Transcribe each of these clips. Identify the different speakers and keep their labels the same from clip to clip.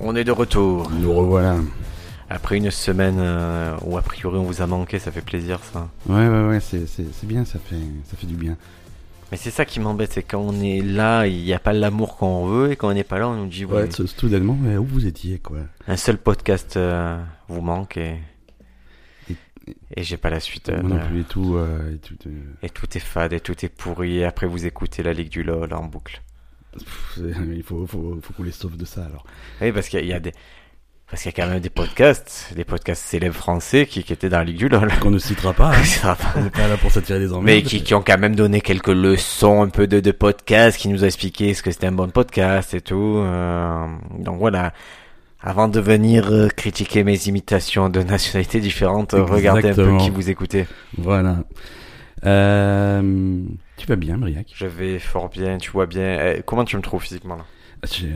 Speaker 1: On est de retour.
Speaker 2: Nous revoilà.
Speaker 1: Après une semaine euh, où a priori on vous a manqué, ça fait plaisir ça.
Speaker 2: Ouais, ouais, ouais, c'est, c'est, c'est bien, ça fait, ça fait du bien.
Speaker 1: Mais c'est ça qui m'embête, c'est quand on est là, il n'y a pas l'amour qu'on veut et quand on n'est pas là, on nous dit
Speaker 2: Ouais,
Speaker 1: oui,
Speaker 2: c'est- soudainement, mais où vous étiez, quoi
Speaker 1: un seul podcast euh, vous manque et
Speaker 2: Et-
Speaker 1: et j'ai pas la suite. euh,
Speaker 2: Moi non plus, et tout. euh, et tout euh,
Speaker 1: et tout est fade et tout est pourri et après vous écoutez la Ligue du LoL en boucle.
Speaker 2: pff, c'est- euh, il faut, faut, faut qu'on les sauve de ça, alors.
Speaker 1: Oui, parce qu'il y a- il y a des parce qu'il y a quand même des podcasts, des podcasts célèbres français qui, qui étaient dans la Ligue du LoL.
Speaker 2: Qu'on ne citera pas, hein.
Speaker 1: Ça va.
Speaker 2: on n'est pas là pour s'attirer des emmerdes.
Speaker 1: Mais qui, qui ont quand même donné quelques leçons un peu de, de podcast, qui nous a expliqué ce que c'était un bon podcast et tout. euh, donc voilà. Avant de venir euh, critiquer mes imitations de nationalités différentes, euh, regardez un peu
Speaker 2: Exactement.
Speaker 1: qui vous écoutez.
Speaker 2: Voilà. Euh, tu vas bien, Briac
Speaker 1: Je vais fort bien, tu vois bien. Eh, comment tu me trouves physiquement là
Speaker 2: J'ai-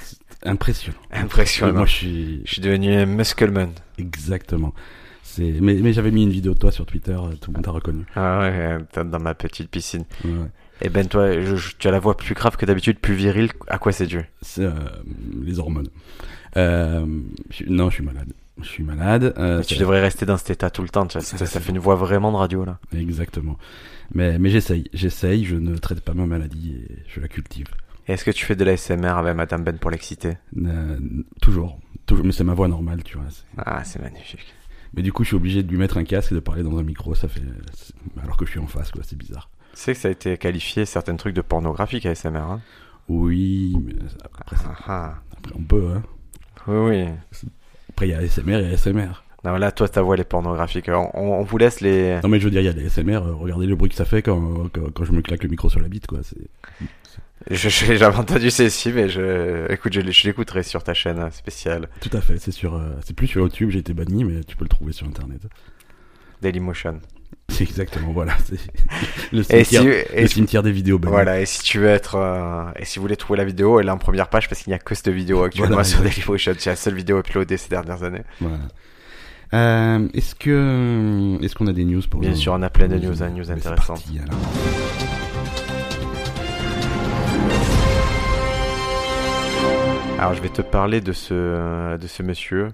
Speaker 2: c'est Impressionnant.
Speaker 1: Impressionnant.
Speaker 2: Moi, je suis...
Speaker 1: Je suis devenu un muscleman.
Speaker 2: Exactement. C'est... Mais, mais j'avais mis une vidéo de toi sur Twitter, euh, tout le monde t'a reconnu.
Speaker 1: Ah ouais, euh, t'es dans ma petite piscine.
Speaker 2: Ouais, ouais.
Speaker 1: Eh ben toi, je- je- tu as la voix plus grave que d'habitude, plus virile. À quoi c'est dû
Speaker 2: C'est euh, les hormones. Euh, je suis- non, je suis malade. Je suis malade. euh,
Speaker 1: Ah, Tu
Speaker 2: c'est-
Speaker 1: devrais rester dans cet état tout le temps. tu vois. Ça, ça fait une voix vraiment de radio là.
Speaker 2: Exactement. Mais, mais j'essaye. J'essaye. Je ne traite pas ma maladie et je la cultive.
Speaker 1: Et Est-ce que tu fais de l'ASMR avec Madame Ben pour l'exciter
Speaker 2: Euh, toujours. Toujours. Mais c'est ma voix normale, tu vois. c'est-
Speaker 1: Ah, c'est magnifique.
Speaker 2: Mais du coup, je suis obligé de lui mettre un casque et de parler dans un micro. Ça fait. c'est- Alors que je suis en face, quoi. C'est bizarre.
Speaker 1: Tu sais que ça a été qualifié certains trucs de pornographique ASMR. Hein
Speaker 2: Oui. Mais après, c'est-
Speaker 1: ah, ah.
Speaker 2: après, on peut. Hein.
Speaker 1: Oui, oui.
Speaker 2: Après, il y a ASMR et ASMR.
Speaker 1: Non, là, toi, ta voix, elle est pornographique. On, on- on vous laisse les.
Speaker 2: Non, mais je veux dire, il y a des ASMR. euh, Regardez le bruit que ça fait quand, quand, quand je me claque le micro sur la bite, quoi. C'est.
Speaker 1: Je je l'ai jamais entendu celle-ci, mais je. Écoute, je, l'ai- je l'écouterai sur ta chaîne hein, spéciale
Speaker 2: Tout à fait, c'est sur, euh, c'est plus sur YouTube, j'ai été banni, mais tu peux le trouver sur Internet.
Speaker 1: Dailymotion.
Speaker 2: C'est exactement, voilà, c'est le
Speaker 1: Et si,
Speaker 2: cimetière,
Speaker 1: et
Speaker 2: le
Speaker 1: si-
Speaker 2: cimetière des vidéos bannies.
Speaker 1: voilà, et si tu veux être. euh, et si vous voulez trouver la vidéo, elle est en première page parce qu'il n'y a que cette vidéo actuellement
Speaker 2: Voilà,
Speaker 1: sur
Speaker 2: exact.
Speaker 1: Dailymotion. C'est la seule vidéo uploadée ces dernières années.
Speaker 2: Voilà. Euh, est-ce que, euh, est-ce qu'on a des news pour
Speaker 1: Bien
Speaker 2: aujourd'hui
Speaker 1: sûr, on a plein de news, hein,
Speaker 2: Mais
Speaker 1: news
Speaker 2: c'est
Speaker 1: intéressantes.
Speaker 2: parti, alors.
Speaker 1: Alors je vais te parler de ce, de ce monsieur,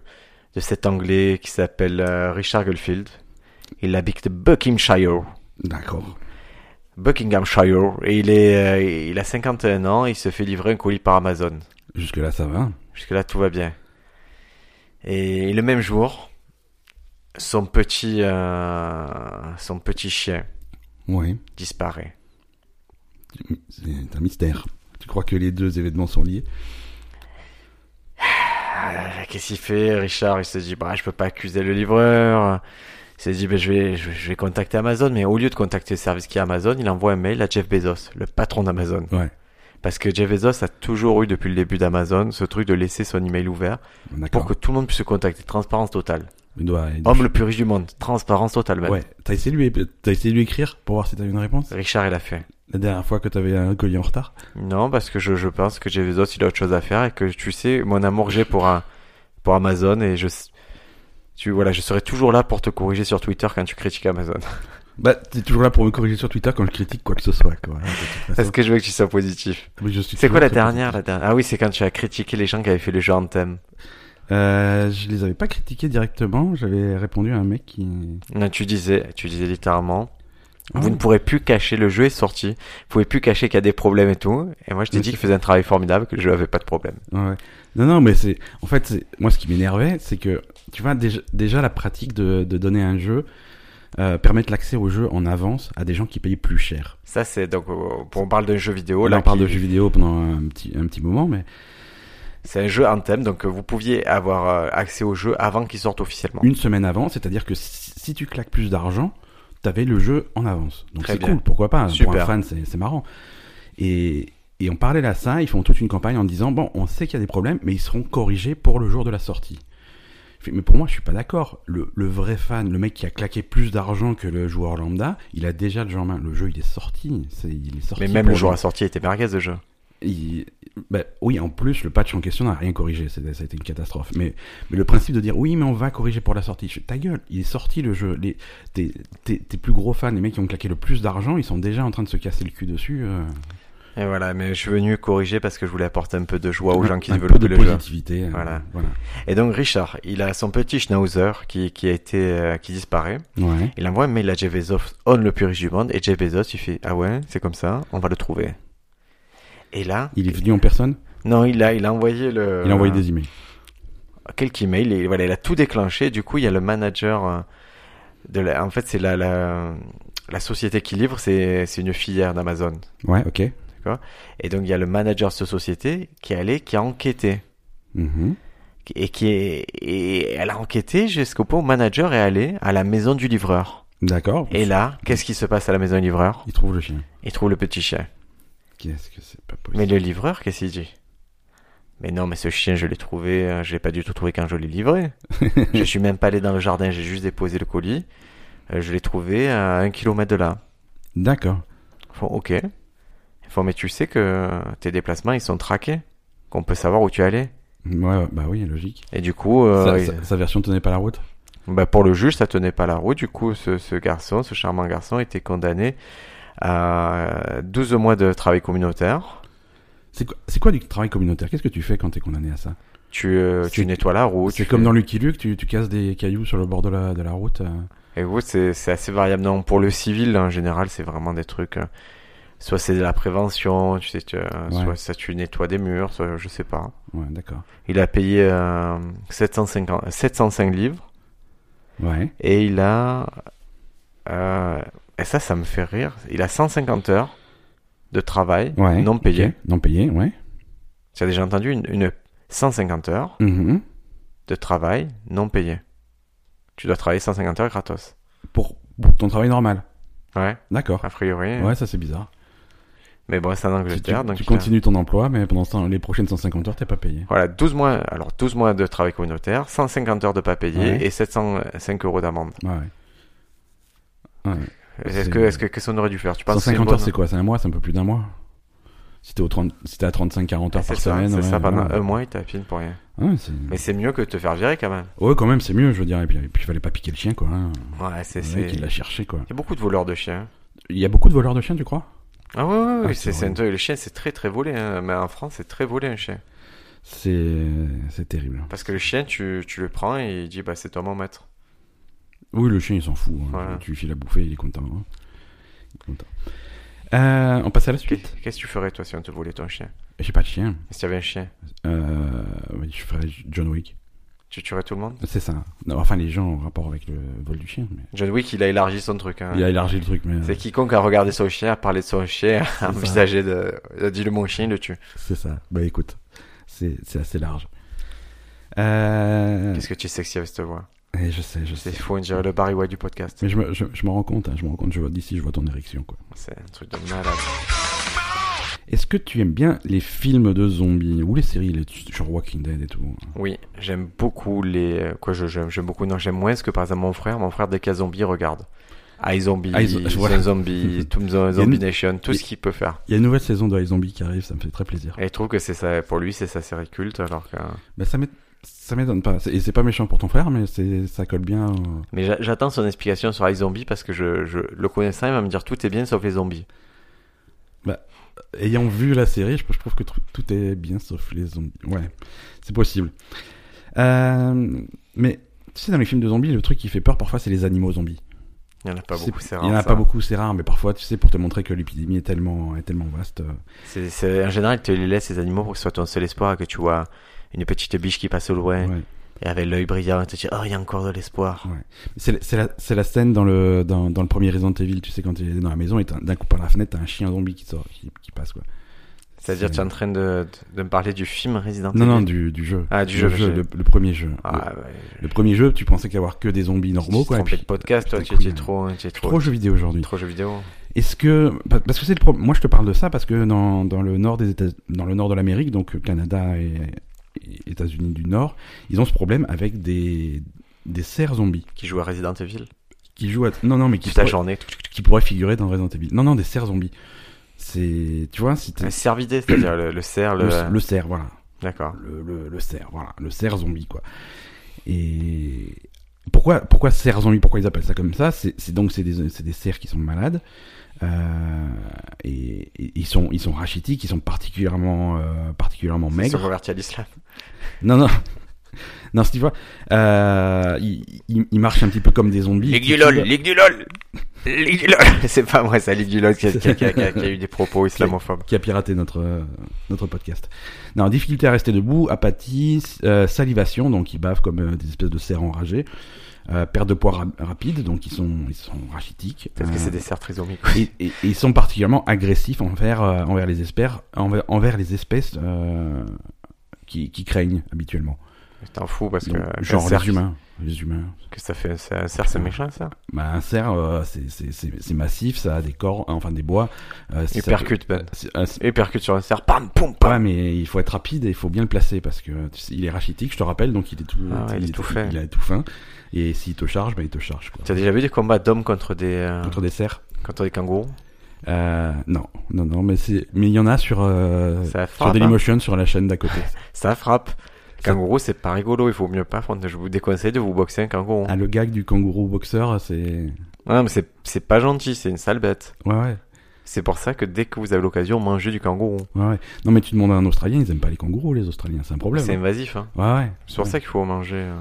Speaker 1: de cet Anglais qui s'appelle euh, Richard Gulfield. Il habite Buckinghamshire.
Speaker 2: D'accord.
Speaker 1: Buckinghamshire. Et il, est, euh, il a 51 ans, il se fait livrer un colis par Amazon.
Speaker 2: Jusque là, ça va.
Speaker 1: Jusque-là, tout va bien. Et le même jour, son petit, euh, son petit chien
Speaker 2: Oui.
Speaker 1: disparaît.
Speaker 2: C'est un mystère. Tu crois que les deux événements sont liés
Speaker 1: Ah, Qu'est-ce qu'il fait, Richard Il se dit, bah, je peux pas accuser le livreur. Il s'est dit, bah, je, vais, je, je vais contacter Amazon. Mais au lieu de contacter le service qui est Amazon, il envoie un mail à Jeff Bezos, le patron d'Amazon.
Speaker 2: Ouais.
Speaker 1: Parce que Jeff Bezos a toujours eu, depuis le début d'Amazon, ce truc de laisser son email ouvert
Speaker 2: D'accord.
Speaker 1: pour que tout le monde puisse se contacter. Transparence totale.
Speaker 2: Il doit- il doit-
Speaker 1: Homme le plus riche du monde. Transparence totale, même.
Speaker 2: Ouais. T'as essayé de lui, t'as essayé de lui écrire pour voir si t'as eu une réponse
Speaker 1: Richard, il a fait.
Speaker 2: La dernière fois que t'avais un colis en retard
Speaker 1: Non, parce que je, je pense que Jeff Bezos, il a autre chose à faire et que tu sais, mon amour que j'ai pour, un- pour Amazon et je. Tu, voilà, je serai toujours là pour te corriger sur Twitter quand tu critiques Amazon.
Speaker 2: Bah, t'es toujours là pour me corriger sur Twitter quand je critique quoi que ce soit, quoi. hein, de toute façon.
Speaker 1: Parce que je veux que tu sois positif.
Speaker 2: Oui, je suis
Speaker 1: C'est
Speaker 2: toujours
Speaker 1: quoi la
Speaker 2: très
Speaker 1: dernière,
Speaker 2: positif.
Speaker 1: la dernière Ah oui, c'est quand tu as critiqué les gens qui avaient fait le jeu Anthem.
Speaker 2: euh, Je les avais pas critiqués directement, j'avais répondu à un mec qui.
Speaker 1: Non, tu disais, tu disais littéralement,
Speaker 2: Ah
Speaker 1: vous
Speaker 2: oui.
Speaker 1: ne pourrez plus cacher le jeu est sorti, vous pouvez plus cacher qu'il y a des problèmes et tout. Et moi, je t'ai
Speaker 2: Mais
Speaker 1: dit
Speaker 2: c'est-
Speaker 1: qu'il faisait un travail formidable, que le jeu avait pas de problème.
Speaker 2: Ouais, ouais. Non, non, mais c'est. En fait, c'est... moi, ce qui m'énervait, c'est que, tu vois, déjà, déjà la pratique de, de donner un jeu, euh, permettre l'accès au jeu en avance à des gens qui payent plus cher.
Speaker 1: Ça, c'est donc, euh, on parle d'un jeu vidéo.
Speaker 2: là,
Speaker 1: Oh Là,
Speaker 2: on parle
Speaker 1: qui-
Speaker 2: de jeux vidéo pendant un petit, un petit moment, mais
Speaker 1: C'est un jeu Anthem, donc euh, vous pouviez avoir euh, accès au jeu avant qu'il sorte officiellement.
Speaker 2: une semaine avant, c'est-à-dire que si, si tu claques plus d'argent, t'avais le jeu en avance. Donc
Speaker 1: Très
Speaker 2: c'est
Speaker 1: bien.
Speaker 2: cool, pourquoi pas hein. Pour
Speaker 1: Super.
Speaker 2: un fan, c'est c'est marrant. Et, et on parlait là ça, ils font toute une campagne en disant bon, on sait qu'il y a des problèmes, mais ils seront corrigés pour le jour de la sortie. Je fais, Mais pour moi, je suis pas d'accord. Le, le vrai fan, le mec qui a claqué plus d'argent que le joueur lambda, il a déjà le jeu en main. Le jeu, il est sorti. c'est- il est sorti
Speaker 1: Mais même
Speaker 2: pour
Speaker 1: le jour à sortie était merguez de jeu.
Speaker 2: il- bah, oui, en plus, le patch en question n'a rien corrigé. c'est- Ça a été une catastrophe. Mais, mais le principe de dire oui, mais on va corriger pour la sortie. Je fais, ta gueule, il est sorti le jeu. Les, tes, tes- tes plus gros fans, les mecs qui ont claqué le plus d'argent, ils sont déjà en train de se casser le cul dessus. euh.
Speaker 1: Et voilà, mais je suis venu corriger parce que je voulais apporter un peu de joie aux
Speaker 2: Un-
Speaker 1: gens qui
Speaker 2: Ah, un
Speaker 1: développent
Speaker 2: peu de
Speaker 1: le jeu.
Speaker 2: positivité. euh,
Speaker 1: Voilà.
Speaker 2: voilà.
Speaker 1: Et donc Richard, il a son petit schnauzer qui, qui a été euh, qui disparaît.
Speaker 2: Ouais.
Speaker 1: Il envoie un mail à Jeff Bezos, on le plus riche du monde, et Jeff Bezos il fait ah ouais c'est comme ça, on va le trouver. Et là,
Speaker 2: Il est venu en personne
Speaker 1: non il a il a envoyé le euh,
Speaker 2: Il a envoyé des emails.
Speaker 1: quelques emails et voilà il a tout déclenché. Du coup il y a le manager euh, de la, en fait c'est la, la la société qui livre c'est c'est une filière d'Amazon.
Speaker 2: Ouais, ok.
Speaker 1: Et donc il y a le manager de cette société qui est allé qui a enquêté.
Speaker 2: Mhm.
Speaker 1: et qui est et elle a enquêté jusqu'au point où le manager est allé à la maison du livreur.
Speaker 2: D'accord.
Speaker 1: Et là, qu'est-ce qui se passe à la maison du livreur
Speaker 2: Il trouve le chien.
Speaker 1: Il trouve le petit chien.
Speaker 2: Qu'est-ce que c'est pas
Speaker 1: Mais
Speaker 2: possible
Speaker 1: le livreur, qu'est-ce qu'il dit Mais non, mais ce chien, je l'ai trouvé, euh, je l'ai pas du tout trouvé quand je l'ai livré. je suis même pas allé dans le jardin, j'ai juste déposé le colis. Euh, Je l'ai trouvé à un kilomètre de là.
Speaker 2: D'accord.
Speaker 1: Ils font OK. Ils font mais tu sais que tes déplacements ils sont traqués, qu'on peut savoir où tu es allé.
Speaker 2: Ouais, Ouais, bah oui, logique.
Speaker 1: Et du coup, euh,
Speaker 2: sa,
Speaker 1: ils-
Speaker 2: sa- sa version tenait pas la route
Speaker 1: Bah pour le juge, ça tenait pas la route. Du coup, ce, ce garçon, ce charmant garçon, était condamné à 12 mois de travail communautaire.
Speaker 2: C'est quoi, c'est quoi du travail communautaire Qu'est-ce que tu fais quand t'es condamné à ça
Speaker 1: Tu, euh, tu
Speaker 2: C'est-
Speaker 1: nettoies la route.
Speaker 2: C'est
Speaker 1: tu
Speaker 2: comme
Speaker 1: fais-
Speaker 2: dans Lucky Luke, tu, tu casses des cailloux sur le bord de la, de la route. euh.
Speaker 1: Et vous, c'est c'est assez variable. Non, pour le civil, en général, c'est vraiment des trucs. euh, Soit c'est de la prévention, tu sais, tu, euh,
Speaker 2: Ouais.
Speaker 1: soit ça, tu nettoies des murs, soit je sais pas.
Speaker 2: Ouais, d'accord.
Speaker 1: Il a payé euh, 750, 705 livres
Speaker 2: Ouais.
Speaker 1: et il a. euh, et ça, ça me fait rire. Il a 150 heures de travail
Speaker 2: Ouais.
Speaker 1: non payé.
Speaker 2: ok. Non payé, ouais.
Speaker 1: Tu as déjà entendu une, une 150 heures
Speaker 2: Mhm.
Speaker 1: de travail non payé. Tu dois travailler 150 heures gratos.
Speaker 2: Pour, pour ton travail normal.
Speaker 1: Ouais,
Speaker 2: D'accord.
Speaker 1: a priori.
Speaker 2: Ouais, ça c'est bizarre.
Speaker 1: Mais bon, c'est en
Speaker 2: Tu,
Speaker 1: Angleterre,
Speaker 2: tu-
Speaker 1: donc
Speaker 2: tu
Speaker 1: il a-
Speaker 2: continues ton emploi, mais pendant ce temps, les prochaines 150 heures, t'es pas payé.
Speaker 1: Voilà, 12 mois, alors 12 mois de travail communautaire, 150 heures de pas payé
Speaker 2: Ouais.
Speaker 1: et 705 euros d'amende.
Speaker 2: Ouais. ouais. Ouais, ouais.
Speaker 1: Est-ce
Speaker 2: C'est-
Speaker 1: que, est-ce que, qu'est-ce qu'on aurait dû faire? Tu penses que
Speaker 2: 150
Speaker 1: une
Speaker 2: heures,
Speaker 1: bonne-
Speaker 2: c'est quoi C'est un mois C'est un peu plus d'un mois Si t'es au 30 si t'es à 35-40 heures
Speaker 1: Eh, C'est
Speaker 2: par
Speaker 1: ça,
Speaker 2: semaine.
Speaker 1: c'est
Speaker 2: ouais,
Speaker 1: ça, pendant
Speaker 2: voilà.
Speaker 1: un mois, il tapine pour rien.
Speaker 2: Ouais, c'est-
Speaker 1: Mais c'est mieux que de te faire virer quand même.
Speaker 2: Ouais, quand même, c'est mieux, je veux dire. Et puis, et puis, il fallait pas piquer le chien, quoi. hein.
Speaker 1: Ouais, c'est,
Speaker 2: Le
Speaker 1: c'est...
Speaker 2: mec, il l'a cherché, quoi.
Speaker 1: Il y a beaucoup de voleurs de chiens.
Speaker 2: Il y a beaucoup de voleurs de chiens, tu crois
Speaker 1: Ah ouais, ouais, ouais,
Speaker 2: Ah,
Speaker 1: c'est,
Speaker 2: c'est
Speaker 1: c'est un- le chien, c'est très très volé, hein. Mais en France, c'est très volé un chien.
Speaker 2: C'est c'est terrible.
Speaker 1: Parce que le chien, tu, tu le prends et il dit bah c'est toi mon maître.
Speaker 2: Oui, le chien, il s'en fout. hein.
Speaker 1: Voilà.
Speaker 2: Tu lui files à bouffer, il est content. hein. Il est content. Euh, on passe à la suite.
Speaker 1: Qu'est- Qu'est-ce que tu ferais toi si on te volait ton chien
Speaker 2: J'ai pas de chien.
Speaker 1: Si tu avais un chien,
Speaker 2: Euh, ouais, je ferais John Wick.
Speaker 1: tu tuerais tout le monde
Speaker 2: C'est ça. Non, enfin, les gens en rapport avec le vol du chien. mais-
Speaker 1: John Wick, il a élargi son truc. Hein.
Speaker 2: Il a élargi le truc, mais
Speaker 1: C'est quiconque a regardé son chien, a parlé de son chien, a
Speaker 2: ça.
Speaker 1: envisagé de, de dire le mon chien, il le tue.
Speaker 2: c'est ça. Bah écoute, c'est c'est assez large. Euh...
Speaker 1: Qu'est-ce que tu es sexy avec cette voix
Speaker 2: eh, Je sais, je sais.
Speaker 1: C'est fou, on dirait le Barry White du podcast.
Speaker 2: Mais je me, je, je me rends compte, hein, je me rends compte, je vois d'ici, je vois ton érection, quoi.
Speaker 1: C'est un truc de malade.
Speaker 2: Est-ce que tu aimes bien les films de zombies ou les séries, les, genre Walking Dead et tout hein
Speaker 1: Oui, j'aime beaucoup les. euh, Quoi, je j'aime j'aime beaucoup. Non, j'aime moins parce que par exemple mon frère, mon frère dès qu'il y a zombie, il regarde. I Zombie,
Speaker 2: Ah, ils ont- voilà.
Speaker 1: Zombie, Tomb Zombie Nation, tout
Speaker 2: il-
Speaker 1: ce qu'il peut faire.
Speaker 2: Il y a une nouvelle saison de Zombie qui arrive, ça me fait très plaisir.
Speaker 1: Et il trouve que c'est ça, pour lui, c'est sa série culte, alors que.
Speaker 2: Bah, ça m'é- ça m'étonne pas. C'est- Et c'est pas méchant pour ton frère, mais c'est ça colle bien. au-
Speaker 1: Mais j'a- j'attends son explication sur iZombie parce que je, je le connaissant, il va me dire tout est bien sauf les zombies.
Speaker 2: Ayant vu la série, je, je trouve que tr- tout est bien sauf les zombies. Ouais, c'est possible. Euh, mais tu sais, dans les films de zombies, le truc qui fait peur parfois, c'est les animaux zombies.
Speaker 1: Il n'y en a pas
Speaker 2: C'est-
Speaker 1: beaucoup, c'est rare.
Speaker 2: Il y en a
Speaker 1: ça.
Speaker 2: pas beaucoup, c'est rare, mais parfois, tu sais, pour te montrer que l'épidémie est tellement, est tellement vaste. euh,
Speaker 1: C'est- c'est- en général, tu les laisses, ces animaux, pour que ce soit ton seul espoir et que tu vois une petite biche qui passe au loin
Speaker 2: ouais.
Speaker 1: et avec l'œil brillant, et tu te dis, oh, il y a encore de l'espoir.
Speaker 2: Ouais. C'est la- c'est la, c'est la scène dans le, dans, dans le premier Resident Evil, tu sais, quand il est dans la maison et t'as- d'un coup par la fenêtre, t'as un chien zombie qui sort, qui, qui passe quoi.
Speaker 1: C'est-à-dire,
Speaker 2: C'est-
Speaker 1: tu es en train de, de, de me parler du film Resident
Speaker 2: Non,
Speaker 1: Evil.
Speaker 2: non, du, du jeu.
Speaker 1: Ah, du
Speaker 2: Le
Speaker 1: jeu, je-
Speaker 2: le, le premier jeu.
Speaker 1: Ah,
Speaker 2: le,
Speaker 1: ouais.
Speaker 2: le premier jeu, tu pensais qu'il y avoir que des zombies normaux
Speaker 1: tu te
Speaker 2: quoi. et
Speaker 1: trompais
Speaker 2: puis- euh,
Speaker 1: de podcast, toi,
Speaker 2: putain,
Speaker 1: tu étais
Speaker 2: couille,
Speaker 1: trop, tu es trop,
Speaker 2: hein. Trop jeux vidéo aujourd'hui.
Speaker 1: trop jeux vidéo.
Speaker 2: Est-ce que pa- parce que c'est le problème. Moi, je te parle de ça parce que dans, dans le nord des États, dans le nord de l'Amérique, donc euh, Canada et, et États-Unis du Nord, ils ont ce problème avec des des cerfs zombies
Speaker 1: Qui joue à Resident Evil
Speaker 2: qui jouent à... non non mais qui
Speaker 1: Toute la
Speaker 2: pourraient-
Speaker 1: journée.
Speaker 2: qui pourrait figurer dans Resident Evil. Non, non, des cerfs zombies. C'est, tu vois, si t'es-
Speaker 1: Un cervidé, c'est-à-dire le, le cerf, le.
Speaker 2: le, le cerf, voilà,
Speaker 1: D'accord.
Speaker 2: le, le, le cerf, voilà, le cerf zombie quoi. Et pourquoi, pourquoi serres zombies Pourquoi ils appellent ça comme ça C'est c'est donc c'est des, c'est des cerfs qui sont malades. Euh, et, et ils sont ils sont rachitiques, ils sont particulièrement euh, particulièrement
Speaker 1: Ils se
Speaker 2: maigres.
Speaker 1: revertit à l'islam.
Speaker 2: Non non non, c'est tu vois, euh, ils, ils- ils marchent un petit peu comme des zombies.
Speaker 1: Ligue du LOL, Ligue du LOL Ligue du LOL C'est pas moi ça, Ligue du LOL qui a, qui a- qui a- qui a- qui a eu des propos islamophobes.
Speaker 2: qui a piraté notre, euh, notre podcast. Non, difficulté à rester debout, apathie, euh, salivation, donc ils bavent comme euh, des espèces de cerfs enragés, euh, perte de poids ra- rapide, donc ils sont, ils sont rachitiques.
Speaker 1: Parce que
Speaker 2: euh,
Speaker 1: c'est des cerfs trisomiques.
Speaker 2: et, et- et ils sont particulièrement agressifs envers, euh, envers, les, espères, envers, envers les espèces euh, qui, qui craignent habituellement.
Speaker 1: C'est un fou parce que.
Speaker 2: Donc,
Speaker 1: qu'un
Speaker 2: genre
Speaker 1: cerf-
Speaker 2: les humains. Les humains.
Speaker 1: Que ça fait, c'est un cerf, c'est méchant ça.
Speaker 2: Bah, un cerf, euh, c'est- c'est c'est- c'est massif, ça a des corps, enfin des bois. euh,
Speaker 1: Il
Speaker 2: ça-
Speaker 1: percute, ben.
Speaker 2: c'est- euh, c'est-
Speaker 1: Il percute sur un cerf, pam, poum, pam.
Speaker 2: Ouais, mais il faut être rapide et il faut bien le placer parce que tu sais, il est rachitique, je te rappelle, donc il est tout,
Speaker 1: Ah ouais, il est tout fin.
Speaker 2: il a tout fin. Et s'il te charge, bah, il te charge quoi.
Speaker 1: T'as déjà vu des combats d'hommes contre des euh,
Speaker 2: Contre des cerfs
Speaker 1: contre des kangourous
Speaker 2: euh, Non, non, non, mais c'est, mais il y en a sur euh,
Speaker 1: Ça
Speaker 2: sur
Speaker 1: frappe. hein.
Speaker 2: Dailymotion, sur la chaîne d'à côté.
Speaker 1: Ça frappe. Kangourou, c'est pas rigolo. Il faut mieux pas. prendre- Je vous déconseille de vous boxer un kangourou.
Speaker 2: ah, le gag du kangourou boxeur, c'est
Speaker 1: Ouais, mais c'est c'est pas gentil. C'est une sale bête.
Speaker 2: ouais, ouais,
Speaker 1: C'est pour ça que dès que vous avez l'occasion, mangez du kangourou.
Speaker 2: ouais, ouais. Non, mais tu demandes à un Australien, ils aiment pas les kangourous, les Australiens, c'est un problème.
Speaker 1: C'est invasif. Hein.
Speaker 2: Ouais, ouais.
Speaker 1: C'est pour ça qu'il faut manger. euh.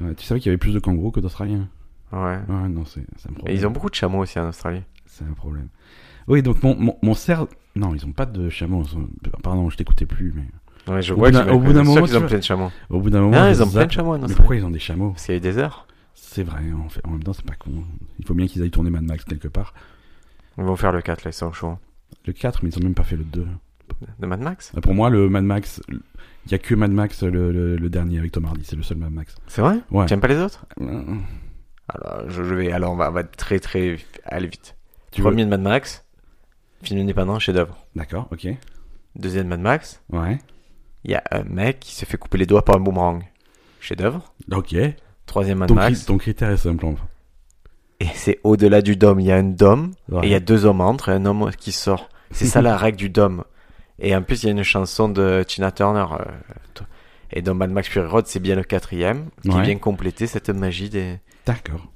Speaker 2: Ouais, tu savais qu'il y avait plus de kangourous que d'Australiens.
Speaker 1: Ouais.
Speaker 2: Ouais, non, c'est, c'est un
Speaker 1: Et
Speaker 2: problème.
Speaker 1: ils ont beaucoup de chameaux aussi en Australie.
Speaker 2: C'est un problème. Oui, donc mon, mon, mon cerf. Non, ils ont pas de chameau. ils ont- Pardon, je t'écoutais plus, mais.
Speaker 1: Ouais, je
Speaker 2: Au
Speaker 1: vois
Speaker 2: bout
Speaker 1: que
Speaker 2: d'un-
Speaker 1: tu me
Speaker 2: au bout d'un
Speaker 1: connais.
Speaker 2: moment,
Speaker 1: Sauf qu'ils
Speaker 2: tu
Speaker 1: ont plein de chameaux.
Speaker 2: Au bout d'un moment.
Speaker 1: Ah,
Speaker 2: je
Speaker 1: ils ont
Speaker 2: zappe.
Speaker 1: plein de chameaux en
Speaker 2: Mais
Speaker 1: Australie.
Speaker 2: pourquoi ils ont des chameaux
Speaker 1: Parce qu'il y a eu des heures.
Speaker 2: C'est vrai, en, fait, en même temps, c'est pas con. Il faut bien qu'ils aillent tourner Mad Max quelque part.
Speaker 1: Ils vont faire le 4 là, ils sont chauds.
Speaker 2: Le 4, mais ils ont même pas fait le 2.
Speaker 1: De Mad Max
Speaker 2: Pour moi, le Mad Max. Il y a que Mad Max, le, le- le dernier avec Tom Hardy. C'est le seul Mad Max.
Speaker 1: C'est vrai
Speaker 2: Ouais.
Speaker 1: T'aimes pas les autres
Speaker 2: Euh,
Speaker 1: Alors, je, je vais, alors on va, on va très très aller vite.
Speaker 2: Tu vois
Speaker 1: Premier de Mad Max, film indépendant, chef-d'œuvre.
Speaker 2: D'accord, ok.
Speaker 1: Deuxième de Mad Max,
Speaker 2: Ouais.
Speaker 1: il y a un mec qui se fait couper les doigts par un boomerang. Chef-d'œuvre.
Speaker 2: Ok.
Speaker 1: Troisième Mad
Speaker 2: Ton, cri-
Speaker 1: Max.
Speaker 2: ton critère est simple, en fait.
Speaker 1: Et c'est au-delà du dôme. Il y a un dôme
Speaker 2: Ouais.
Speaker 1: et il y a deux hommes entre et un homme qui sort. C'est ça la règle du dôme. Et en plus, il y a une chanson de Tina Turner. euh, to- et dans Mad Max Fury Road, c'est bien le quatrième qui
Speaker 2: Ouais.
Speaker 1: vient compléter cette magie des.
Speaker 2: D'accord.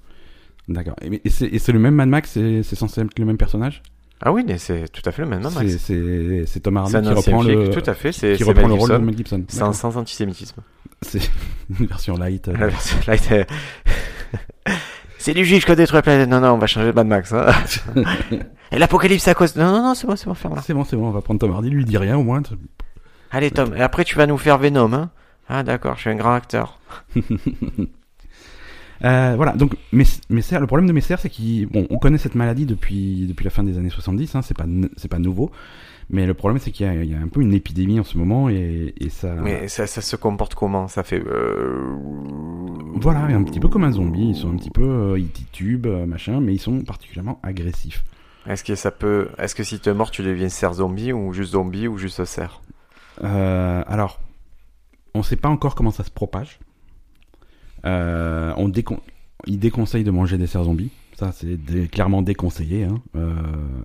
Speaker 2: D'accord. Et, mais- et c'est et c'est le même Mad Max C'est c'est censé être le même personnage
Speaker 1: Ah oui, mais c'est tout à fait le même Mad Max.
Speaker 2: C'est- C'est c'est Tom Hardy
Speaker 1: C'est un
Speaker 2: qui
Speaker 1: ancien
Speaker 2: reprend
Speaker 1: flic,
Speaker 2: le.
Speaker 1: tout à fait. C'est
Speaker 2: qui
Speaker 1: c'est
Speaker 2: reprend
Speaker 1: Mel
Speaker 2: le rôle de
Speaker 1: Gibson.
Speaker 2: Mel Gibson.
Speaker 1: C'est un sans antisémitisme.
Speaker 2: C'est une version light. euh,
Speaker 1: La version light, euh, c'est du juge qui a détruit la planète. Non, non, on va changer de Mad Max. hein. Et l'apocalypse à cause. Non, non, non, c'est bon, c'est bon, ferme-la.
Speaker 2: Ah, C'est bon, c'est bon, on va prendre Tom Hardy, lui il dit rien au moins. t-
Speaker 1: Allez, Tom, et après tu vas nous faire Venom. Hein ah, d'accord, je suis un grand acteur.
Speaker 2: Euh, voilà, donc mes- mes cerfs- le problème de Messer, c'est qu'on on connaît cette maladie depuis, depuis la fin des années 70, hein, c'est pas, n- c'est pas nouveau, mais le problème c'est qu'il y, a- il y a un peu une épidémie en ce moment et, et ça.
Speaker 1: Mais ça, ça se comporte comment Ça fait. euh,
Speaker 2: Voilà, un petit peu comme un zombie, ils sont un petit peu. euh, ils titubent, euh, machin, mais ils sont particulièrement agressifs.
Speaker 1: Est-ce que ça peut. Est-ce que si tu es mort, tu deviens cerf zombie ou juste zombie ou juste cerf
Speaker 2: Euh, alors, on sait pas encore comment ça se propage. Euh, on décon- il déconseille de manger des cerfs zombies. Ça, c'est dé- clairement déconseillé. Hein. Euh,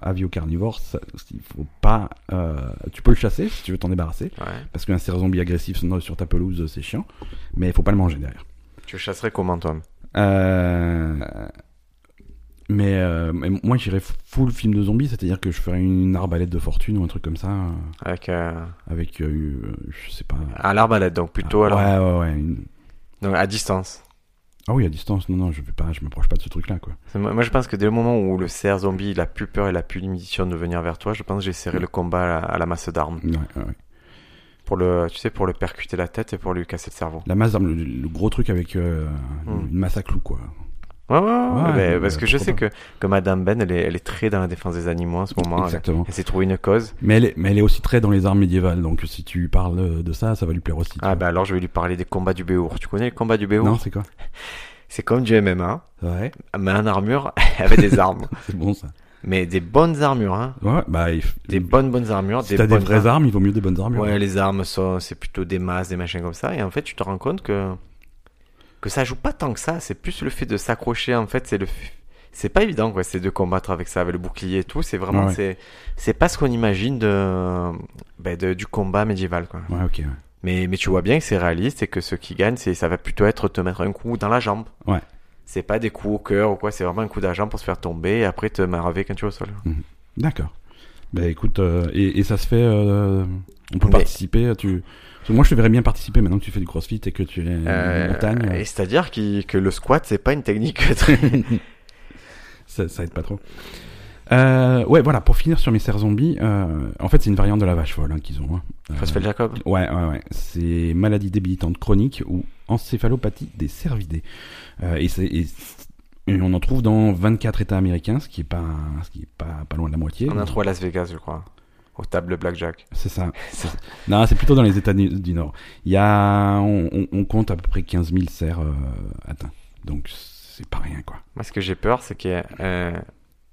Speaker 2: aviocarnivore, ça- il faut pas. euh, tu peux le chasser si tu veux t'en débarrasser,
Speaker 1: Ouais.
Speaker 2: parce qu'un cerf zombie agressif sur sur ta pelouse, c'est chiant. Mais il faut pas le manger derrière.
Speaker 1: Tu chasserais comment, Tom
Speaker 2: Euh, mais, euh, mais moi, j'irais full film de zombies, c'est-à-dire que je ferais une arbalète de fortune ou un truc comme ça, euh,
Speaker 1: Avec. euh,
Speaker 2: avec, euh, je sais pas.
Speaker 1: À l'arbalète, donc plutôt à
Speaker 2: ouais,
Speaker 1: l'arbalète.
Speaker 2: ouais, ouais, une-
Speaker 1: Donc à distance.
Speaker 2: Ah oui, à distance, non, non, je vais pas, je m'approche pas de ce truc-là, quoi.
Speaker 1: C'est- Moi, moi, je pense que dès le moment où le cerf zombie il a plus peur et il a plus l'ambition de venir vers toi, je pense que j'essaierai le combat à, à la masse d'armes
Speaker 2: Ouais, ouais, ouais.
Speaker 1: pour le, tu sais, pour le percuter la tête et pour lui casser le cerveau.
Speaker 2: La masse d'armes, le, le gros truc avec euh,
Speaker 1: Hmm.
Speaker 2: une masse à clous, quoi.
Speaker 1: Ouais, ouais, ouais, ouais,
Speaker 2: Ouais,
Speaker 1: mais
Speaker 2: euh,
Speaker 1: parce que je sais
Speaker 2: pourquoi
Speaker 1: que, que Madame Ben, elle est, elle est très dans la défense des animaux en ce moment. Elle,
Speaker 2: Exactement.
Speaker 1: elle s'est trouvée une cause.
Speaker 2: Mais elle, est, mais elle est aussi très dans les armes médiévales, donc si tu parles euh, de ça, ça va lui plaire aussi. tu
Speaker 1: Ah
Speaker 2: vois.
Speaker 1: bah alors je vais lui parler des combats du Béour. Tu connais les combats du
Speaker 2: Non,
Speaker 1: Béour
Speaker 2: c'est quoi
Speaker 1: C'est comme du MMA,
Speaker 2: Ouais,
Speaker 1: mais en armure avec des armes.
Speaker 2: c'est bon ça.
Speaker 1: Mais des bonnes armures, hein.
Speaker 2: Ouais, ouais, bah, il f-
Speaker 1: Des bonnes bonnes armures.
Speaker 2: si t'as des
Speaker 1: bonnes
Speaker 2: vraies armes, hein. il vaut mieux des bonnes armures.
Speaker 1: Ouais, les armes, sont, c'est plutôt des masses, des machins comme ça. Et en fait, tu te rends compte que, que ça joue pas tant que ça. C'est plus le fait de s'accrocher, en fait. C'est le f- c'est pas évident, quoi. C'est de combattre avec ça, avec le bouclier et tout. C'est vraiment,
Speaker 2: Ouais.
Speaker 1: c'est, c'est pas ce qu'on imagine de, ben, de- du combat médiéval, quoi.
Speaker 2: Ouais, ok, ouais.
Speaker 1: Mais, mais tu vois bien que c'est réaliste et que ce qui gagne, c'est, ça va plutôt être te mettre un coup dans la jambe.
Speaker 2: Ouais.
Speaker 1: C'est pas des coups au cœur ou quoi, c'est vraiment un coup d'argent pour se faire tomber et après te maraver quand tu es au sol.
Speaker 2: D'accord. Bah écoute, euh, et, et ça se fait. euh, on peut
Speaker 1: Mais-
Speaker 2: participer. Tu... parce que Moi, je te verrais bien participer maintenant que tu fais du crossfit et que tu es en
Speaker 1: Euh,
Speaker 2: montagne.
Speaker 1: et c'est-à-dire qu'il- que le squat, c'est pas une technique très...
Speaker 2: ça, ça aide pas trop. Euh, ouais, voilà, pour finir sur mes serres zombies, euh, en fait, c'est une variante de la vache folle hein, qu'ils ont. hein. Euh,
Speaker 1: Pascal Jacob.
Speaker 2: Ouais, ouais, ouais. C'est maladie débilitante chronique ou encéphalopathie des cervidés. Euh, et, c'est- et c'est- et on en trouve dans 24 États américains, ce qui est pas, ce qui est pas, pas loin de la moitié.
Speaker 1: On a trouvé à Las Vegas, je crois. Au table Blackjack.
Speaker 2: C'est ça. Non, c'est plutôt dans les États du, du Nord. Il y a, on, on- on compte à peu près 15 000 cerfs euh, atteints. Donc c'est pas rien, quoi.
Speaker 1: Moi, ce que j'ai peur, c'est qu'il y ait un,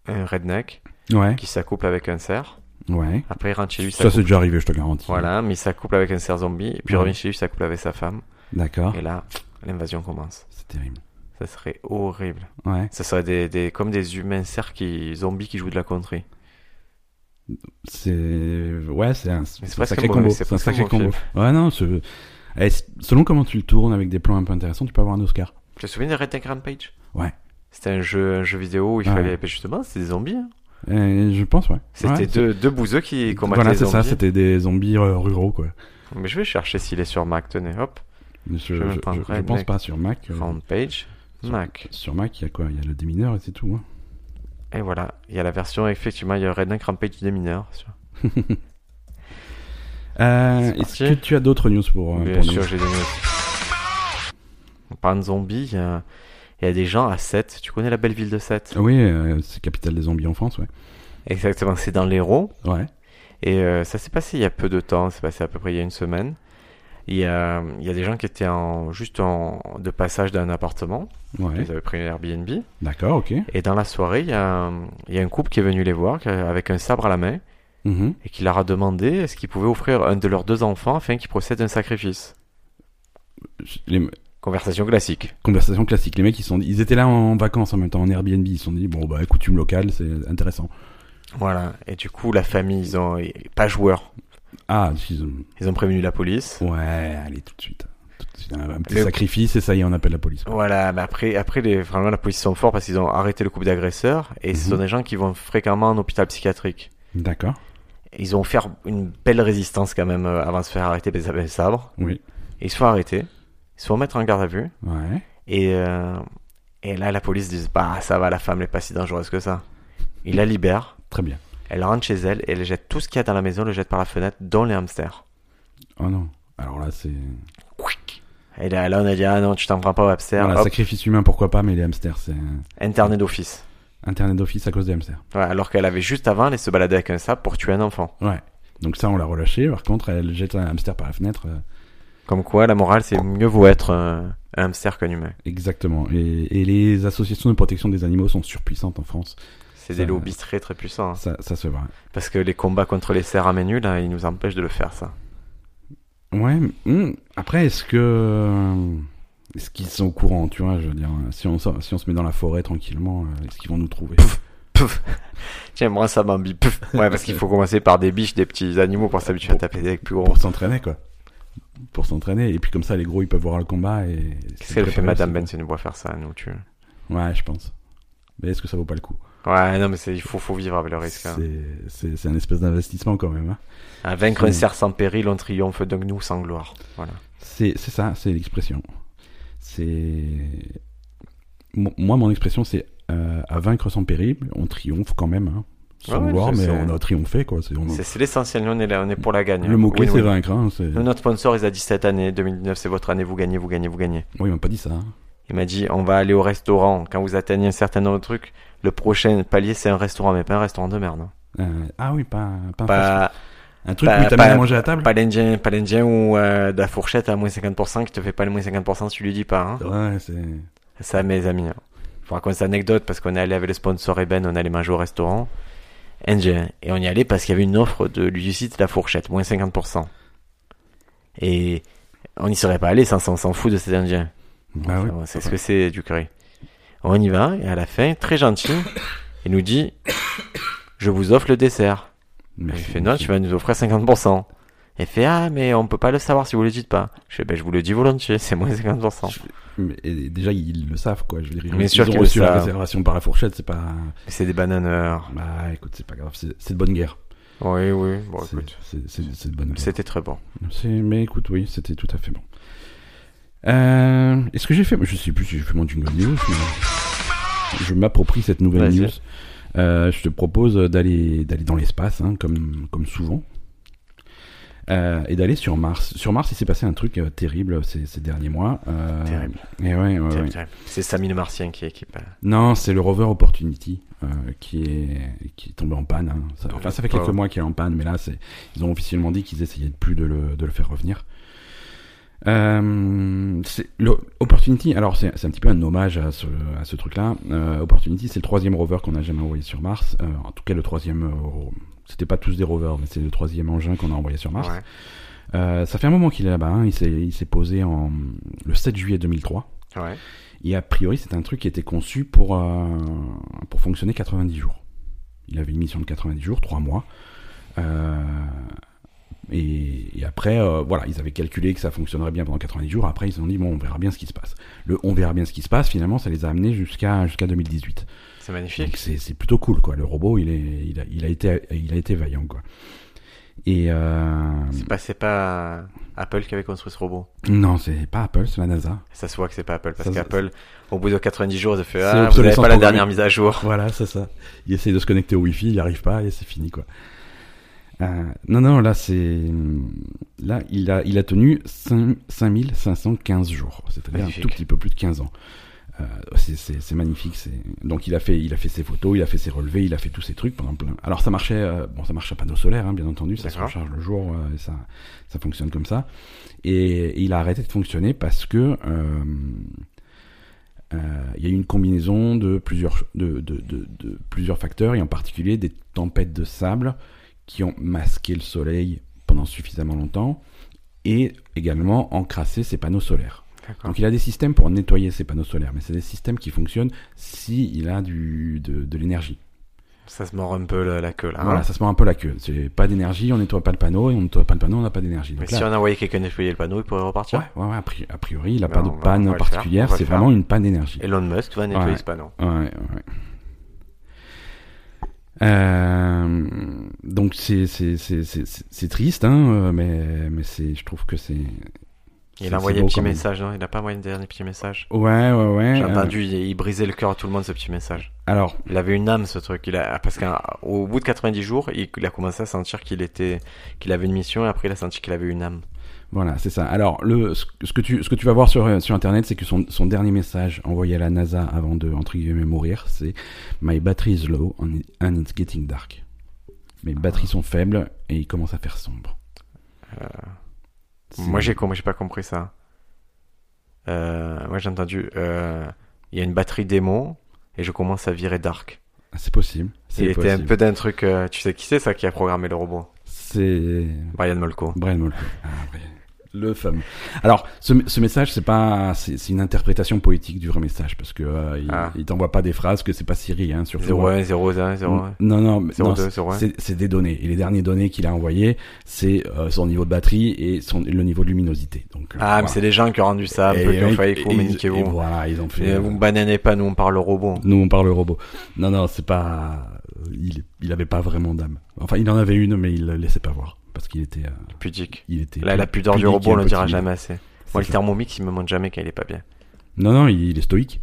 Speaker 1: un redneck
Speaker 2: Ouais.
Speaker 1: qui s'accouple avec un cerf.
Speaker 2: Ouais.
Speaker 1: Après, il rentre chez lui,
Speaker 2: Ça,
Speaker 1: s'accouple.
Speaker 2: c'est déjà arrivé, je te garantis.
Speaker 1: Voilà, mais il s'accouple avec un cerf zombie. Puis il
Speaker 2: Ouais. Ah.
Speaker 1: revient chez lui, il s'accouple avec sa femme.
Speaker 2: D'accord.
Speaker 1: Et là, l'invasion commence.
Speaker 2: C'est terrible.
Speaker 1: Ça serait horrible.
Speaker 2: Ouais.
Speaker 1: Ça serait des, des, comme des humains cerfs qui, zombies qui jouent de la contrée.
Speaker 2: C'est ouais, c'est un,
Speaker 1: Mais
Speaker 2: c'est
Speaker 1: c'est
Speaker 2: un
Speaker 1: presque
Speaker 2: sacré
Speaker 1: un bon-
Speaker 2: combo.
Speaker 1: c'est
Speaker 2: C'est un
Speaker 1: presque un
Speaker 2: sacré
Speaker 1: bon
Speaker 2: combo. Ouais, non, c'est- eh, c- selon comment tu le tournes avec des plans un peu intéressants, tu peux avoir un Oscar.
Speaker 1: Tu te souviens de Redneck Rampage
Speaker 2: Ouais.
Speaker 1: C'était un jeu, un jeu vidéo où il
Speaker 2: Ouais.
Speaker 1: fallait. mais Justement, c'était des zombies. hein.
Speaker 2: Et Eh, je pense, ouais.
Speaker 1: C'était
Speaker 2: Ouais,
Speaker 1: deux, deux bouseux qui
Speaker 2: c'est-
Speaker 1: combattaient
Speaker 2: Voilà,
Speaker 1: les
Speaker 2: c'est
Speaker 1: zombies.
Speaker 2: ça. C'était des zombies euh, ruraux, quoi.
Speaker 1: Mais je vais chercher s'il est sur Mac. Tenez, hop.
Speaker 2: Je, je,
Speaker 1: vais me
Speaker 2: je-
Speaker 1: prendre
Speaker 2: je
Speaker 1: Redneck.
Speaker 2: pense pas sur Mac. euh,
Speaker 1: Rampage, Mac.
Speaker 2: Sur Mac, il y a quoi Il y a le démineur et c'est tout. hein.
Speaker 1: Et voilà. Il y a la version, effectivement, il y a Redneck Rampage des mineurs. sur-
Speaker 2: Euh,
Speaker 1: C'est
Speaker 2: Est-ce que
Speaker 1: parti.
Speaker 2: tu as d'autres news pour, euh,
Speaker 1: Bien
Speaker 2: pour
Speaker 1: sûr,
Speaker 2: nous
Speaker 1: j'ai des notes. En parlant de zombies, il y, a- il y a des gens à Sète. Tu connais la belle ville de Sète
Speaker 2: Ah Oui, euh, c'est capitale des zombies en France, ouais.
Speaker 1: Exactement, c'est dans l'Hérault.
Speaker 2: Ouais.
Speaker 1: Et euh, ça s'est passé il y a peu de temps, c'est passé à peu près il y a une semaine. Il y a, il y a des gens qui étaient en, juste en, de passage d'un appartement.
Speaker 2: Ouais.
Speaker 1: Ils avaient pris Airbnb.
Speaker 2: D'accord, ok.
Speaker 1: Et dans la soirée, il y a, un- il y a un couple qui est venu les voir qui- avec un sabre à la main
Speaker 2: Mhm.
Speaker 1: et qui leur a demandé est-ce qu'ils pouvaient offrir un de leurs deux enfants afin qu'ils procèdent d'un sacrifice.
Speaker 2: Les-
Speaker 1: Conversation classique.
Speaker 2: Conversation classique. Les mecs, ils, sont... ils étaient là en vacances en même temps, en Airbnb. Ils se sont dit, bon, bah, coutume locale, c'est intéressant.
Speaker 1: Voilà. Et du coup, la famille, ils ont pas joueur.
Speaker 2: Ah, ils ont-
Speaker 1: Ils ont prévenu la police.
Speaker 2: ouais, allez, tout de suite. Tout de suite, un, un petit
Speaker 1: Le-
Speaker 2: sacrifice, et ça y est, on appelle la police.
Speaker 1: Voilà, mais après, après les, vraiment, la police sont forts parce qu'ils ont arrêté le couple d'agresseurs et ce
Speaker 2: Mhm.
Speaker 1: sont des gens qui vont fréquemment en hôpital psychiatrique.
Speaker 2: D'accord.
Speaker 1: Ils ont fait une belle résistance quand même euh, avant de se faire arrêter par les sabres.
Speaker 2: Oui.
Speaker 1: Ils se font arrêter, ils se font mettre en garde à vue
Speaker 2: Ouais.
Speaker 1: et, euh, et là la police dit Bah ça va, la femme n'est pas si dangereuse que ça. Ils la libèrent,
Speaker 2: Très bien.
Speaker 1: elle rentre chez elle et elle jette tout ce qu'il y a dans la maison, elle le jette par la fenêtre, dont les hamsters.
Speaker 2: Oh non. Alors là, c'est.
Speaker 1: Quick. Et là, là, on a dit Ah non, tu t'en prends pas aux hamsters,
Speaker 2: Voilà,
Speaker 1: Hop,
Speaker 2: sacrifice humain, pourquoi pas, mais les hamsters, c'est.
Speaker 1: interné d'office.
Speaker 2: Internet d'office à cause des hamsters.
Speaker 1: Ouais, alors qu'elle avait juste avant allé se balader avec un sabre pour tuer un enfant.
Speaker 2: Ouais. Donc ça, on l'a relâché. Par contre, elle jette un hamster par la fenêtre. euh,
Speaker 1: Comme quoi, la morale, c'est mieux vaut être euh, un hamster qu'un humain.
Speaker 2: Exactement. Et, et les associations de protection des animaux sont surpuissantes en France.
Speaker 1: C'est
Speaker 2: Ça,
Speaker 1: des lobbies très très puissants. hein.
Speaker 2: Ça, ça se voit.
Speaker 1: Parce que les combats contre les cerfs à main nue, là, ils nous empêchent de le faire, ça.
Speaker 2: Ouais. hum, Après, est-ce que est-ce qu'ils sont au courant Tu vois, je veux dire, si on sort- si on se met dans la forêt tranquillement, euh, est-ce qu'ils vont nous trouver
Speaker 1: Tiens, moi, ça m'embille. Pouf. Ouais, parce qu'il faut commencer par des biches, des petits animaux pour s'habituer à
Speaker 2: Pour-
Speaker 1: taper des plus gros.
Speaker 2: Pour s'entraîner, quoi. Pour s'entraîner. Et puis comme ça, les gros, ils peuvent voir le combat. Et
Speaker 1: Qu'est-ce qu'elle fait, Madame
Speaker 2: Benz
Speaker 1: Benson, pour faire ça, nous, tu
Speaker 2: Ouais, je pense. Mais est-ce que ça vaut pas le coup
Speaker 1: Ouais, non, mais c'est- il faut, faut vivre avec le risque. hein.
Speaker 2: C'est c'est- c'est un espèce d'investissement quand même. hein.
Speaker 1: À vaincre un
Speaker 2: c'est-
Speaker 1: cerf sans péril, on triomphe donc nous sans gloire. Voilà.
Speaker 2: C'est c'est ça, c'est l'expression. C'est. Mo- Moi, mon expression, c'est euh, à vaincre sans péril, on triomphe quand même. Hein. Sans
Speaker 1: Ouais, ouais,
Speaker 2: gloire,
Speaker 1: c'est-
Speaker 2: mais
Speaker 1: c'est-
Speaker 2: on a triomphé, quoi. C'est- on-
Speaker 1: C'est c'est l'essentiel, nous, on est, là, on est pour la gagne.
Speaker 2: Mmh. Le mot-clé, c'est
Speaker 1: Win-win.
Speaker 2: vaincre. Hein. c'est-
Speaker 1: Nous, notre sponsor, il a dit cette année, 2019, c'est votre année, vous gagnez, vous gagnez, vous gagnez.
Speaker 2: Oui, ils m'ont pas dit ça. hein.
Speaker 1: Il m'a dit, on va aller au restaurant. Quand vous atteignez un certain nombre de trucs, le prochain palier, c'est un restaurant, mais pas un restaurant de merde. hein.
Speaker 2: Euh, ah oui, pas, pas un fast-
Speaker 1: Pas,
Speaker 2: un truc
Speaker 1: pas-
Speaker 2: où t'as mis
Speaker 1: pas-
Speaker 2: à manger à table.
Speaker 1: pas l'indien, pas l'indien ou euh, de la fourchette à moins 50% qui te fait pas le moins 50% si tu lui dis pas. hein.
Speaker 2: Ouais, c'est.
Speaker 1: Ça, mes amis. hein. Je vous raconte cette anecdote parce qu'on est allé avec le sponsor Eben, on allait manger au restaurant. Indien. Et on y allait parce qu'il y avait une offre de l'UCIT de la fourchette, moins 50%. Et on n'y serait pas allé sans on s'en fout de cet indien.
Speaker 2: Ah
Speaker 1: Enfin,
Speaker 2: oui.
Speaker 1: bon, c'est ce que c'est du curry. On y va, et à la fin, très gentil, il nous dit Je vous offre le dessert. Il
Speaker 2: Merci.
Speaker 1: fait Non, tu vas nous offrir 50%. Elle fait ah mais on peut pas le savoir si vous le dites pas. Je fais ben je vous le dis volontiers, c'est moins 50%.
Speaker 2: Mais- et déjà, ils le savent, quoi. Je veux dire, ils,
Speaker 1: Bien
Speaker 2: ils
Speaker 1: sûr qu'ils
Speaker 2: ont
Speaker 1: le
Speaker 2: reçu la
Speaker 1: savent.
Speaker 2: réservation par la fourchette, c'est pas.
Speaker 1: C'est des bananeurs.
Speaker 2: Bah, écoute, c'est pas grave, c'est c'est de bonne guerre.
Speaker 1: Oui oui. Bon
Speaker 2: C'est-
Speaker 1: écoute,
Speaker 2: c'est- c'est c'est de bonne guerre.
Speaker 1: c'était très bon.
Speaker 2: C'est- Mais écoute, oui, c'était tout à fait bon. Euh, Est-ce que j'ai fait Je sais plus si j'ai fait mon jingle news, mais je m'approprie cette nouvelle
Speaker 1: Vas-y.
Speaker 2: news. Euh, je te propose d'aller d'aller dans l'espace, hein, comme, comme souvent, Euh, et d'aller sur Mars. Sur Mars, il s'est passé un truc euh, terrible ces, ces derniers mois. Euh,
Speaker 1: Terrible.
Speaker 2: et ouais, ouais, ouais.
Speaker 1: Terrible, terrible. C'est Samy le Martien qui équipe. hein.
Speaker 2: Non, c'est le rover Opportunity euh, qui, est, qui est tombé en panne. hein. Ça, enfin, ça fait quelques
Speaker 1: Oh.
Speaker 2: mois qu'il est en panne, mais là, c'est, ils ont officiellement dit qu'ils essayaient de plus de le, de le faire revenir. Euh, c'est, le, Opportunity, alors c'est, c'est un petit peu un hommage à ce, à ce truc-là. Euh, Opportunity, c'est le troisième rover qu'on a jamais envoyé sur Mars. Euh, en tout cas, le troisième. euh, ro- c'était pas tous des rovers, mais c'est le troisième engin qu'on a envoyé sur Mars.
Speaker 1: Ouais.
Speaker 2: Euh, ça fait un moment qu'il est là-bas. hein. Il, s'est, il s'est posé en, le 7 juillet 2003.
Speaker 1: Ouais.
Speaker 2: Et a priori, c'est un truc qui était conçu pour, euh, pour fonctionner 90 jours. Il avait une mission de 90 jours, 3 mois. Euh, et, et après, euh, voilà, ils avaient calculé que ça fonctionnerait bien pendant 90 jours. Après, ils se sont dit, bon, on verra bien ce qui se passe. Le on verra bien ce qui se passe, finalement, ça les a amenés jusqu'à jusqu'à 2018.
Speaker 1: C'est magnifique.
Speaker 2: Donc c'est c'est plutôt cool, quoi. Le robot, il, est, il, a, il, a, été, il a été vaillant, quoi. Et euh,
Speaker 1: C'est pas c'est pas Apple qui avait construit ce robot.
Speaker 2: non, c'est pas Apple, c'est la NASA.
Speaker 1: Ça se voit que c'est pas Apple parce
Speaker 2: Ça se-
Speaker 1: qu'Apple au bout de 90 jours, ils ont fait
Speaker 2: C'est
Speaker 1: ah vous avez
Speaker 2: obsolescence
Speaker 1: pas la
Speaker 2: programmée.
Speaker 1: dernière mise à jour.
Speaker 2: Voilà, c'est ça. Il essaye de se connecter au Wi-Fi, il n'y arrive pas et c'est fini, quoi. Euh, non, non, là, c'est. Là, il a, il a tenu 5 5515 jours. C'est-à-dire un
Speaker 1: Magnifique.
Speaker 2: tout petit peu plus de 15 ans. Euh, c'est- c'est c'est magnifique. c'est Donc, il a, fait, il a fait ses photos, il a fait ses relevés, il a fait tous ses trucs pendant plein. Alors, ça marchait. euh, Bon, ça marche à panneau solaire, hein, bien entendu. Ça se
Speaker 1: D'accord.
Speaker 2: recharge le jour euh, et ça, ça fonctionne comme ça. Et il a arrêté de fonctionner parce que. euh, euh, il y a eu une combinaison de plusieurs, de, de- de- de plusieurs facteurs, et en particulier des tempêtes de sable qui ont masqué le soleil pendant suffisamment longtemps, et également encrassé ses panneaux solaires.
Speaker 1: D'accord.
Speaker 2: Donc il a des systèmes pour nettoyer ses panneaux solaires, mais c'est des systèmes qui fonctionnent s'il a du, de, de l'énergie.
Speaker 1: Ça se mord un peu la, la queue là.
Speaker 2: Voilà,
Speaker 1: hein.
Speaker 2: ça se met un peu la queue. C'est pas d'énergie, on nettoie pas le panneau, et on nettoie pas le panneau, on n'a pas d'énergie.
Speaker 1: Mais
Speaker 2: Donc
Speaker 1: si
Speaker 2: là-
Speaker 1: on envoyait quelqu'un nettoyer le panneau, il pourrait repartir.
Speaker 2: Ouais, ouais, ouais, a pri- a priori, il n'a
Speaker 1: Ben,
Speaker 2: pas de
Speaker 1: on va- on
Speaker 2: panne
Speaker 1: va le faire, on
Speaker 2: particulière,
Speaker 1: va
Speaker 2: c'est
Speaker 1: le faire.
Speaker 2: vraiment une panne d'énergie.
Speaker 1: Elon Musk va nettoyer
Speaker 2: Ouais.
Speaker 1: ce panneau.
Speaker 2: Ouais, ouais. Euh, donc c'est c'est c'est c'est- c'est- c'est triste hein, euh, mais mais c'est je trouve que c'est c'est-
Speaker 1: Il
Speaker 2: c'est
Speaker 1: a envoyé un
Speaker 2: beau
Speaker 1: petit
Speaker 2: quand même.
Speaker 1: message, non Il a pas envoyé un dernier petit message
Speaker 2: Ouais ouais ouais.
Speaker 1: J'ai
Speaker 2: euh,
Speaker 1: entendu, il, il brisait le cœur à tout le monde ce petit message.
Speaker 2: alors
Speaker 1: Il avait une âme ce truc. Il a, parce qu'au bout de 90 jours, il, il a commencé à sentir qu'il était, qu'il avait une mission et après il a senti qu'il avait une âme.
Speaker 2: voilà c'est ça. Alors le ce ce que tu ce que tu vas voir sur euh, sur internet c'est que son son dernier message envoyé à la NASA avant de entre guillemets mourir c'est my battery is low and it- and it's getting dark.
Speaker 1: Ah.
Speaker 2: Mes batteries sont faibles et il commence à faire sombre. C'est-
Speaker 1: Euh, Moi j'ai com- j'ai pas compris ça. Euh, moi j'ai entendu, euh, il y a une batterie démon et je commence à virer dark.
Speaker 2: Ah, c'est possible.
Speaker 1: Il
Speaker 2: C'est
Speaker 1: était un
Speaker 2: possible.
Speaker 1: peu d'un truc, euh, tu sais qui c'est ça qui a programmé le robot
Speaker 2: C'est
Speaker 1: Brian Molko.
Speaker 2: Brian Molko. Ah, Brian. Le fameux. Alors, ce, ce message, c'est pas, c'est c'est une interprétation poétique du vrai message parce que euh, il,
Speaker 1: Ah.
Speaker 2: il t'envoie pas des phrases que c'est pas Siri, hein, surtout.
Speaker 1: 01, 01, 01.
Speaker 2: Non, non, mais- non,
Speaker 1: 02, 01.
Speaker 2: c'est c'est des données. Et les dernières données qu'il a envoyées, c'est euh, son niveau de batterie et son le niveau de luminosité. Donc.
Speaker 1: Ah,
Speaker 2: euh, voilà.
Speaker 1: mais c'est des gens qui ont rendu ça un
Speaker 2: Et-
Speaker 1: peu
Speaker 2: et-
Speaker 1: comme fallait
Speaker 2: et-
Speaker 1: vous, mais
Speaker 2: et- et
Speaker 1: niquez-vous.
Speaker 2: Voilà, ils ont fait.
Speaker 1: Et
Speaker 2: euh,
Speaker 1: Vous me bananez pas, nous on parle au robot.
Speaker 2: nous, on parle robot. Non, non, c'est pas. Il, il avait pas vraiment d'âme. Enfin, il en avait une, mais il la laissait pas voir parce qu'il était, euh,
Speaker 1: Pudique.
Speaker 2: il était.
Speaker 1: Là, la pudeur du
Speaker 2: pudique et
Speaker 1: robot, on
Speaker 2: un
Speaker 1: le
Speaker 2: peu
Speaker 1: dira
Speaker 2: timide.
Speaker 1: jamais assez.
Speaker 2: C'est
Speaker 1: Moi, le
Speaker 2: ça.
Speaker 1: thermomix, il me montre jamais quand il est pas bien.
Speaker 2: Non, non, il, il est stoïque.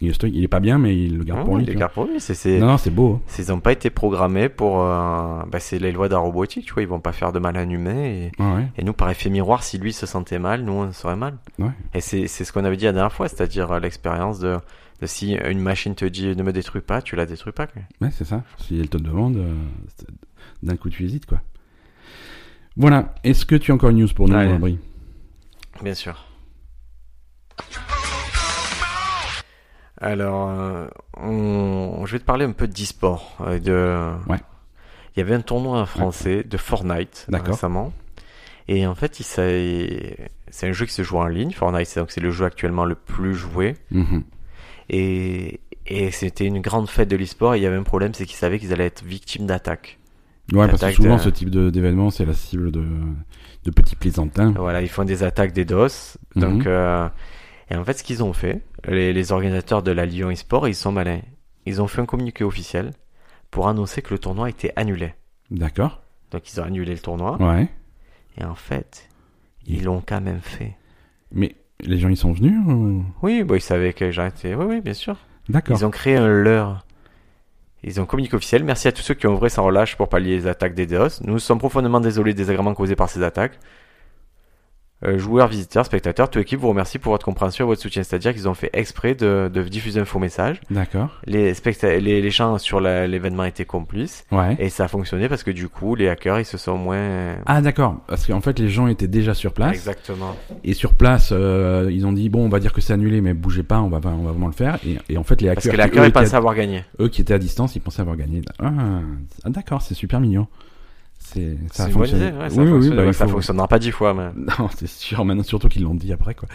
Speaker 2: Il est stoïque. Il est pas bien, mais il le garde
Speaker 1: Non,
Speaker 2: pour
Speaker 1: Mmh, Ah,
Speaker 2: lui.
Speaker 1: il les
Speaker 2: tu vois.
Speaker 1: garde pour lui. C'est, c'est-
Speaker 2: Non, non, c'est beau. hein.
Speaker 1: c'est- Ils ont pas été programmés pour. euh, Bah, c'est les lois de la robotique, tu vois. Ils vont pas faire de mal à un humain. Et,
Speaker 2: Ouais, ouais.
Speaker 1: et nous, par effet miroir, si lui se sentait mal, nous, on serait mal.
Speaker 2: Ouais.
Speaker 1: Et c'est, c'est ce qu'on avait dit la dernière fois, c'est-à-dire euh, l'expérience de, de si une machine te dit ne me détruis pas, tu la détruis pas. quoi.
Speaker 2: Ouais, c'est ça. Si elle te demande, euh, c'est- d'un coup tu hésites, quoi. Voilà. Est-ce que tu as encore une news pour nous,
Speaker 1: Allez.
Speaker 2: Brie
Speaker 1: Bien sûr. Alors, euh, on- je vais te parler un peu d'e-sport. euh, de...
Speaker 2: Ouais.
Speaker 1: Il y avait un tournoi français de Fortnite euh,
Speaker 2: D'accord.
Speaker 1: récemment. Et en fait, il s'est- c'est un jeu qui se joue en ligne. Fortnite, c'est donc c'est le jeu actuellement le plus joué.
Speaker 2: Mhm.
Speaker 1: Et, et c'était une grande fête de l'e-sport. et Il y avait un problème, c'est qu'ils savaient qu'ils allaient être victimes d'attaques.
Speaker 2: Ouais, parce que
Speaker 1: Attaque
Speaker 2: souvent,
Speaker 1: de-
Speaker 2: ce type de- d'événement, c'est la cible de, de petits plaisantins.
Speaker 1: Voilà, ils font des attaques des DOS.
Speaker 2: Mhm.
Speaker 1: Donc, euh, et en fait, ce qu'ils ont fait, les, les organisateurs de la Lyon eSport, ils sont malins. Ils ont fait un communiqué officiel pour annoncer que le tournoi était annulé.
Speaker 2: D'accord
Speaker 1: Donc, ils ont annulé le tournoi.
Speaker 2: Ouais.
Speaker 1: Et en fait, ils l'ont quand même fait.
Speaker 2: Mais les gens, ils sont venus ou-
Speaker 1: Oui, bon, ils savaient que j'arrêtais. Oui, oui, bien sûr.
Speaker 2: D'accord.
Speaker 1: Ils ont créé un leurre. Ils ont communiqué officiel. Merci à tous ceux qui ont ouvré sans relâche pour pallier les attaques des DOS. Nous sommes profondément désolés des désagréments causés par ces attaques. Euh, joueurs, visiteurs, spectateurs, toute l'équipe vous remercie pour votre compréhension et votre soutien. C'est-à-dire qu'ils ont fait exprès de, de diffuser un faux message.
Speaker 2: D'accord.
Speaker 1: Les, specta- les, les gens sur la- l'événement étaient complices.
Speaker 2: Ouais.
Speaker 1: Et ça a fonctionné parce que du coup, les hackers, ils se sont moins...
Speaker 2: Ah d'accord, parce qu'en fait les gens étaient déjà sur place
Speaker 1: Exactement.
Speaker 2: et sur place euh, ils ont dit bon on va dire que c'est annulé mais bougez pas on va on va vraiment le faire et, et en fait les hackers,
Speaker 1: Parce que les
Speaker 2: qui,
Speaker 1: hackers,
Speaker 2: eux,
Speaker 1: ils pensaient
Speaker 2: étaient à-
Speaker 1: avoir gagné.
Speaker 2: eux qui étaient à distance ils pensaient avoir gagné. Ah, ah, d'accord c'est super mignon. C'est ça a
Speaker 1: C'est une bonne
Speaker 2: fonctionné.
Speaker 1: idée, ouais, ça
Speaker 2: oui oui, oui
Speaker 1: fonctionne.
Speaker 2: bah,
Speaker 1: Ouais,
Speaker 2: il
Speaker 1: ça
Speaker 2: faut-
Speaker 1: fonctionnera pas dix fois, mais...
Speaker 2: Non c'est sûr maintenant surtout qu'ils l'ont dit après quoi.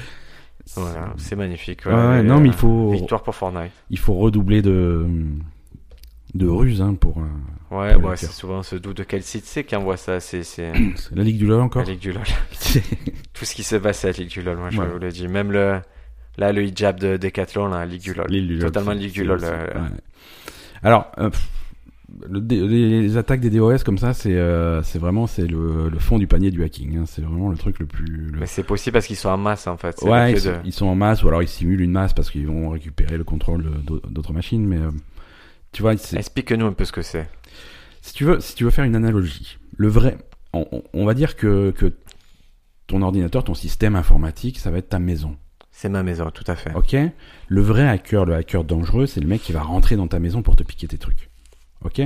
Speaker 1: Voilà, c'est magnifique.
Speaker 2: Ouais, ouais, non, mais il faut-
Speaker 1: hein. euh, Victoire pour Fortnite.
Speaker 2: Il faut redoubler de de ruse hein, pour euh,
Speaker 1: Ouais,
Speaker 2: Pour
Speaker 1: ouais,
Speaker 2: le
Speaker 1: c'est
Speaker 2: cœur.
Speaker 1: souvent ce doute de quel site c'est qui envoie ça. C'est c'est
Speaker 2: c'est la Ligue du LoL
Speaker 1: la
Speaker 2: encore.
Speaker 1: Ligue du LOL. Tout ce qui s'est passé à la Ligue du LOL, moi je
Speaker 2: Ouais.
Speaker 1: vous le dis. Même le là le hijab de Decathlon, la Ligue du LOL.
Speaker 2: L'île du LOL,
Speaker 1: Totalement
Speaker 2: c'est-
Speaker 1: Ligue du
Speaker 2: c'est-
Speaker 1: LOL.
Speaker 2: c'est-
Speaker 1: euh,
Speaker 2: ouais. Alors, euh, pff, le dé- les, les attaques des DOS comme ça, c'est euh, c'est vraiment c'est le, le fond du panier du hacking. hein. C'est vraiment le truc le plus. le-
Speaker 1: Mais c'est possible parce qu'ils sont en masse en fait. C'est
Speaker 2: Ouais,
Speaker 1: le
Speaker 2: ils
Speaker 1: fait
Speaker 2: sont,
Speaker 1: de-
Speaker 2: ils sont en masse ou alors ils simulent une masse parce qu'ils vont récupérer le contrôle de- d'au- d'autres machines. Mais euh, tu vois, c'est-
Speaker 1: Explique-nous un peu ce que c'est.
Speaker 2: si tu veux, si tu veux faire une analogie, le vrai, on, on- on va dire que, que ton ordinateur, ton système informatique, ça va être ta maison.
Speaker 1: C'est ma maison, tout à fait.
Speaker 2: Ok Le vrai hacker, le hacker dangereux, c'est le mec qui va rentrer dans ta maison pour te piquer tes trucs. Ok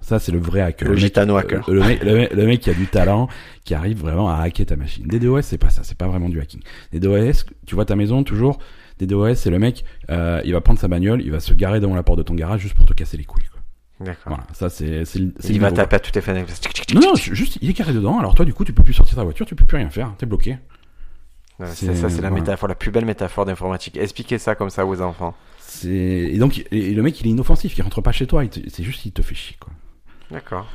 Speaker 2: Ça, c'est le vrai hacker.
Speaker 1: Le
Speaker 2: mec- euh,
Speaker 1: gitano hacker.
Speaker 2: Le, le mec, le, mec, le mec qui a du talent, qui arrive vraiment à hacker ta machine. Des DOS, c'est pas ça, c'est pas vraiment du hacking. Des DOS, tu vois ta maison toujours, des DOS, c'est le mec, euh, il va prendre sa bagnole, il va se garer devant la porte de ton garage juste pour te casser les couilles. Quoi.
Speaker 1: D'accord.
Speaker 2: euh, Voilà, ça c'est c'est le- c'est le
Speaker 1: Ah. Il va
Speaker 2: niveau, quoi.
Speaker 1: taper à toutes les fenêtres.
Speaker 2: Non, non, c'est juste, il est carré dedans, alors toi, du coup, tu peux plus sortir ta voiture, tu peux plus rien faire, t'es bloqué.
Speaker 1: Ouais,
Speaker 2: C'est-
Speaker 1: c'est ça, c'est la
Speaker 2: voilà.
Speaker 1: métaphore, la plus belle métaphore d'informatique. Expliquez ça comme ça aux enfants.
Speaker 2: C'est- Et donc, et le mec, il est inoffensif, il rentre pas chez toi, il te- c'est juste il te fait chier, quoi.
Speaker 1: D'accord.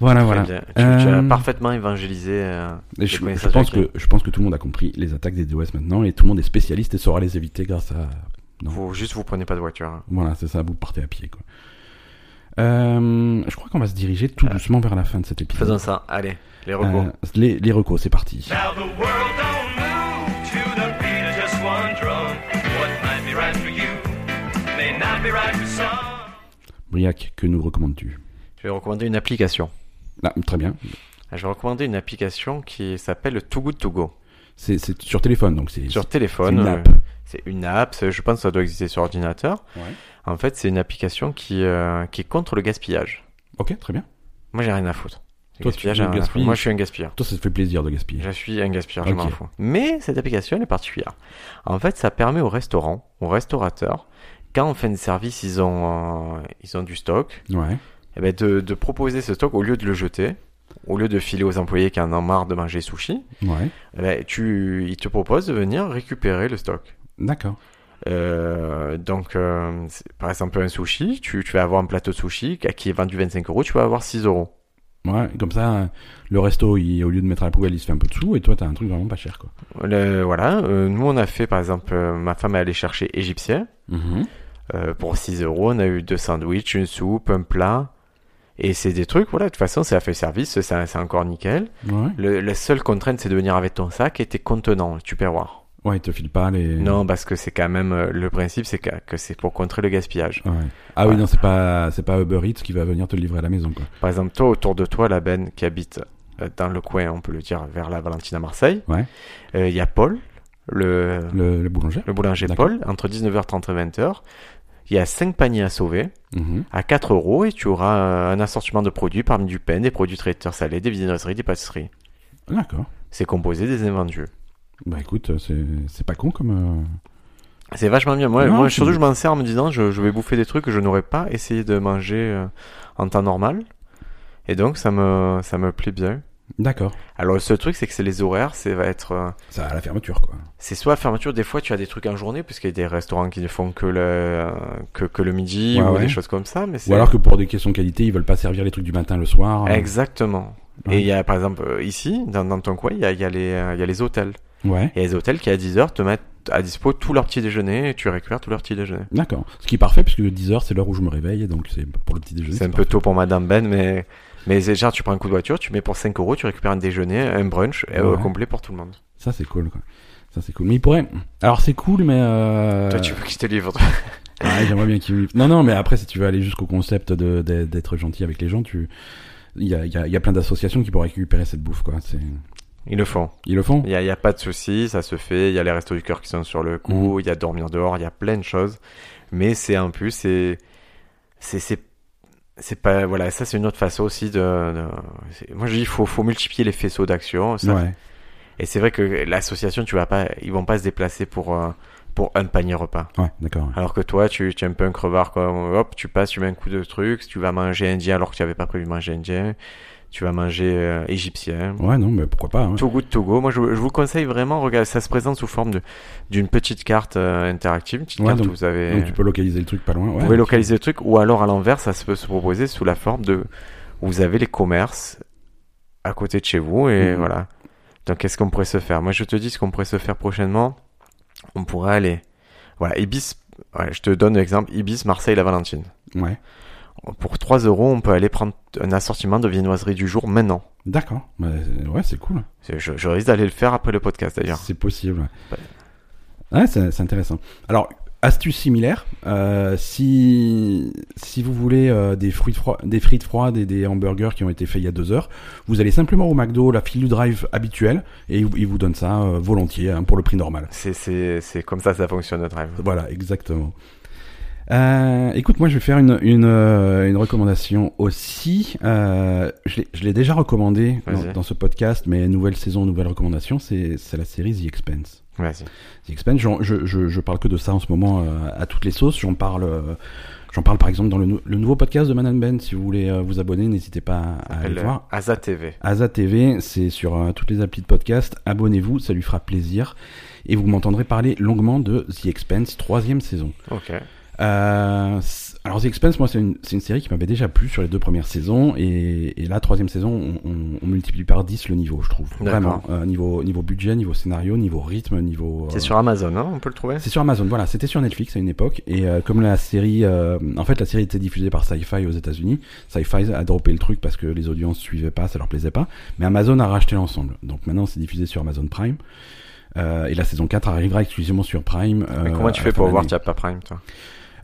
Speaker 2: Voilà,
Speaker 1: Très
Speaker 2: voilà.
Speaker 1: bien. Tu, tu as
Speaker 2: Euh,
Speaker 1: parfaitement évangélisé. euh,
Speaker 2: Et
Speaker 1: les
Speaker 2: je, je
Speaker 1: connaissances
Speaker 2: pense
Speaker 1: du
Speaker 2: que, je pense que tout le monde a compris les attaques des DOS maintenant et tout le monde est spécialiste et saura les éviter grâce à. Non.
Speaker 1: Vous, juste, vous prenez pas de voiture. hein.
Speaker 2: Voilà, c'est ça, vous partez à pied. Quoi. Euh, je crois qu'on va se diriger tout doucement vers la fin de cet épisode.
Speaker 1: Faisons ça. Allez, les recours.
Speaker 2: Euh, les, les recos, c'est parti.
Speaker 3: Now the world don't move to the beat of just one drum. What might be right for you may not be right for some.
Speaker 2: Briac, que nous recommandes-tu
Speaker 1: Je vais recommander une application.
Speaker 2: Ah, Très bien.
Speaker 1: Je vais recommander une application qui s'appelle Too Good To Go.
Speaker 2: C'est c'est sur téléphone, donc c'est.
Speaker 1: Sur
Speaker 2: c'est-
Speaker 1: téléphone,
Speaker 2: c'est une
Speaker 1: euh,
Speaker 2: app.
Speaker 1: c'est une app. c'est- Je pense que ça doit exister sur ordinateur.
Speaker 2: Ouais.
Speaker 1: En fait, c'est une application qui, euh, qui est contre le gaspillage.
Speaker 2: Ok, très bien.
Speaker 1: Moi, j'ai rien à foutre. Le
Speaker 2: Toi, tu
Speaker 1: gaspillage,
Speaker 2: le
Speaker 1: j'ai rien à foutre.
Speaker 2: gaspilles.
Speaker 1: Moi, je suis un gaspilleur.
Speaker 2: Toi, ça te fait plaisir de gaspiller.
Speaker 1: Je suis un gaspilleur, je
Speaker 2: Ok.
Speaker 1: m'en fous. Mais cette application, elle est particulière. En fait, ça permet aux restaurants, aux restaurateurs, quand en fin de service, ils ont, euh, ils ont du stock,
Speaker 2: Ouais.
Speaker 1: eh ben, de, de proposer ce stock au lieu de le jeter, au lieu de filer aux employés qui en ont marre de manger sushi,
Speaker 2: Ouais.
Speaker 1: eh ben, tu, ils te proposent de venir récupérer le stock.
Speaker 2: D'accord.
Speaker 1: Euh, donc, euh, c'est- par exemple, un sushi, tu, tu vas avoir un plateau de sushi qui- qui est vendu 25 euros, tu vas avoir 6 euros.
Speaker 2: Ouais, comme ça, euh, le resto, il- au lieu de mettre à la poubelle, il se fait un peu de sous et toi, t'as un truc vraiment pas cher, quoi.
Speaker 1: Le- voilà, euh, nous on a fait, par exemple, euh, ma femme est allée chercher égyptien. Euh, pour 6 euros, on a eu deux sandwichs, une soupe, un plat. Et c'est des trucs, voilà, de toute façon, ça fait service, ça- c'est encore nickel.
Speaker 2: Ouais.
Speaker 1: Le, la seule contrainte, c'est de venir avec ton sac et tes contenants, le tupperware.
Speaker 2: Ouais, il te file pas les.
Speaker 1: Non, parce que c'est quand même euh, le principe, c'est que, que c'est pour contrer le gaspillage.
Speaker 2: Ouais. Ah
Speaker 1: Ouais.
Speaker 2: oui, non, c'est pas, c'est pas Uber Eats qui va venir te le livrer à la maison, quoi.
Speaker 1: Par exemple, toi, autour de toi, la Ben qui habite euh, dans le coin, on peut le dire, vers la Valentina Marseille,
Speaker 2: Ouais.
Speaker 1: euh, il y a Paul, le, le...
Speaker 2: Le, le boulanger.
Speaker 1: boulanger
Speaker 2: D'accord.
Speaker 1: Paul, entre 19h30 et 20h. Il y a 5 paniers à sauver
Speaker 2: Mhm.
Speaker 1: à 4 euros et tu auras euh, un assortiment de produits parmi du pain, des produits traiteurs salés, des viennoiseries, des pâtisseries.
Speaker 2: D'accord.
Speaker 1: C'est composé des invendus.
Speaker 2: Bah écoute, c'est c'est pas con comme. euh,
Speaker 1: C'est vachement bien. Moi,
Speaker 2: Non,
Speaker 1: moi
Speaker 2: c'est
Speaker 1: surtout,
Speaker 2: bien.
Speaker 1: je m'en sers en me disant, je, je vais bouffer des trucs que je n'aurais pas essayé de manger euh, en temps normal. Et donc, ça me, ça me plaît bien.
Speaker 2: D'accord.
Speaker 1: Alors le seul truc, c'est que c'est les horaires, c'est va être, euh,
Speaker 2: Ça à la fermeture, quoi.
Speaker 1: c'est soit fermeture. Des fois, tu as des trucs en journée, parce qu'il y a des restaurants qui ne font que le euh, que, que le midi
Speaker 2: Ouais,
Speaker 1: ou
Speaker 2: ouais.
Speaker 1: des choses comme ça. Mais c'est
Speaker 2: Ou alors que pour des questions de qualité, ils veulent pas servir les trucs du matin le soir. euh,
Speaker 1: exactement.
Speaker 2: Ouais.
Speaker 1: Et il y a par exemple euh, ici, dans, dans ton coin, il y a, il y a les euh, il y a les hôtels.
Speaker 2: Ouais.
Speaker 1: Et les hôtels qui à 10 h te mettent à dispo tout leur petit déjeuner et tu récupères tout leur petit déjeuner.
Speaker 2: D'accord. Ce qui est parfait, puisque 10h, c'est l'heure où je me réveille, donc c'est pour le petit déjeuner.
Speaker 1: C'est un peu
Speaker 2: parfait.
Speaker 1: tôt pour Madame Ben, mais mais c'est genre tu prends un coup de voiture, tu mets pour 5 euros, tu récupères un déjeuner, un brunch et, euh,
Speaker 2: Ouais.
Speaker 1: complet pour tout le monde.
Speaker 2: Ça, c'est cool, quoi. Ça, c'est cool. Mais il pourrait. Alors, c'est cool, mais. Euh...
Speaker 1: Toi, tu veux que je te livre
Speaker 2: Ouais, j'aimerais bien qu'il. Non, non, mais après, si tu veux aller jusqu'au concept de- de- d'être gentil avec les gens, tu. Il y a, il y a- il y a plein d'associations qui pourraient récupérer cette bouffe, quoi. C'est-
Speaker 1: Ils le font.
Speaker 2: Ils le font
Speaker 1: Il n'y a, il y a pas de souci, ça se fait. Il y a les restos du cœur qui sont sur le coup, il y a dormir dehors, il y a plein de choses. Mais c'est un plus, c'est. C'est. c'est- C'est pas. Voilà, ça, c'est une autre façon aussi de. de- c'est- Moi, je dis, il faut, faut multiplier les faisceaux d'action. ça.
Speaker 2: Ouais.
Speaker 1: Et c'est vrai que l'association, tu vas pas. Ils vont pas se déplacer pour, euh, pour un panier repas.
Speaker 2: Ouais, d'accord. ouais.
Speaker 1: Alors que toi, tu, tu es un peu un crevard, quoi. Hop, tu passes, tu mets un coup de truc, tu vas manger indien alors que tu n'avais pas prévu de manger indien, tu vas manger euh, égyptien.
Speaker 2: Ouais, non, mais pourquoi pas. hein.
Speaker 1: Too Good To Go. Moi, je, je vous conseille vraiment, regarde, ça se présente sous forme de- d'une petite carte euh, interactive, une petite
Speaker 2: Ouais, euh,
Speaker 1: carte
Speaker 2: donc-
Speaker 1: où vous avez.
Speaker 2: Donc, tu peux localiser le truc pas loin.
Speaker 1: vous
Speaker 2: Ouais,
Speaker 1: pouvez localiser le truc, ou alors à l'envers, ça se peut se proposer sous la forme de. où vous avez les commerces à côté de chez vous, et
Speaker 2: Mhm.
Speaker 1: voilà. Donc, qu'est-ce qu'on pourrait se faire Moi, je te dis ce qu'on pourrait se faire prochainement. On pourrait aller. Voilà, Ibis. ouais, je te donne l'exemple Ibis, Marseille, la Valentine.
Speaker 2: Ouais.
Speaker 1: Pour 3 euros, on peut aller prendre un assortiment de viennoiserie du jour maintenant.
Speaker 2: D'accord. Bah, c'est- Ouais, c'est cool.
Speaker 1: C'est- Je, je risque d'aller le faire après le podcast d'ailleurs.
Speaker 2: C'est possible. ouais. Ouais, c'est c'est intéressant. Alors, astuce similaire, euh, si, si vous voulez euh, des, fruits froids, des frites froides et des hamburgers qui ont été faits il y a deux heures, vous allez simplement au McDo, la file du drive habituelle, et ils ils vous donnent ça euh, volontiers hein, pour le prix normal.
Speaker 1: C'est- C'est c'est comme ça que ça fonctionne notre rêve.
Speaker 2: Voilà, exactement. Euh, écoute, moi je vais faire une, une, euh, une recommandation aussi. Euh, je l'ai- je l'ai déjà recommandé dans,
Speaker 1: Vas-y.
Speaker 2: dans ce podcast, mais nouvelle saison, nouvelle recommandation, c'est c'est la série The Expense.
Speaker 1: Vas-y.
Speaker 2: The Expanse, j'en- je, je, je parle que de ça en ce moment euh, à toutes les sauces. J'en parle, euh, j'en parle par exemple dans le, nou- le nouveau podcast de Manan Ben. Si vous voulez euh, vous abonner, n'hésitez pas à aller
Speaker 1: Elle- euh,
Speaker 2: voir.
Speaker 1: Asa TV.
Speaker 2: Aza TV, c'est sur euh, toutes les applis de podcast. Abonnez-vous, ça lui fera plaisir. Et vous m'entendrez parler longuement de The Expense, troisième saison.
Speaker 1: Ok.
Speaker 2: Euh, c- alors The Expense, moi, c'est une, c'est une série qui m'avait déjà plu sur les deux premières saisons, et, et là, troisième saison, on, on- on multiplie par 10 le niveau, je trouve.
Speaker 1: D'accord.
Speaker 2: Vraiment, Euh, niveau niveau budget, niveau scénario, niveau rythme, niveau. euh,
Speaker 1: C'est sur Amazon, hein, on peut le trouver
Speaker 2: c'est sur Amazon, voilà, c'était sur Netflix à une époque, et euh, comme la série, euh, en fait la série était diffusée par Sci-Fi aux États-Unis, Sci-Fi a droppé le truc parce que les audiences suivaient pas, ça leur plaisait pas, mais Amazon a racheté l'ensemble, donc maintenant c'est diffusé sur Amazon Prime, euh, et la saison 4 arrivera exclusivement sur Prime.
Speaker 1: Mais
Speaker 2: euh,
Speaker 1: comment
Speaker 2: à
Speaker 1: tu
Speaker 2: la
Speaker 1: fais
Speaker 2: fin
Speaker 1: pour
Speaker 2: de
Speaker 1: voir
Speaker 2: l'année.
Speaker 1: Tu n'as pas Prime, toi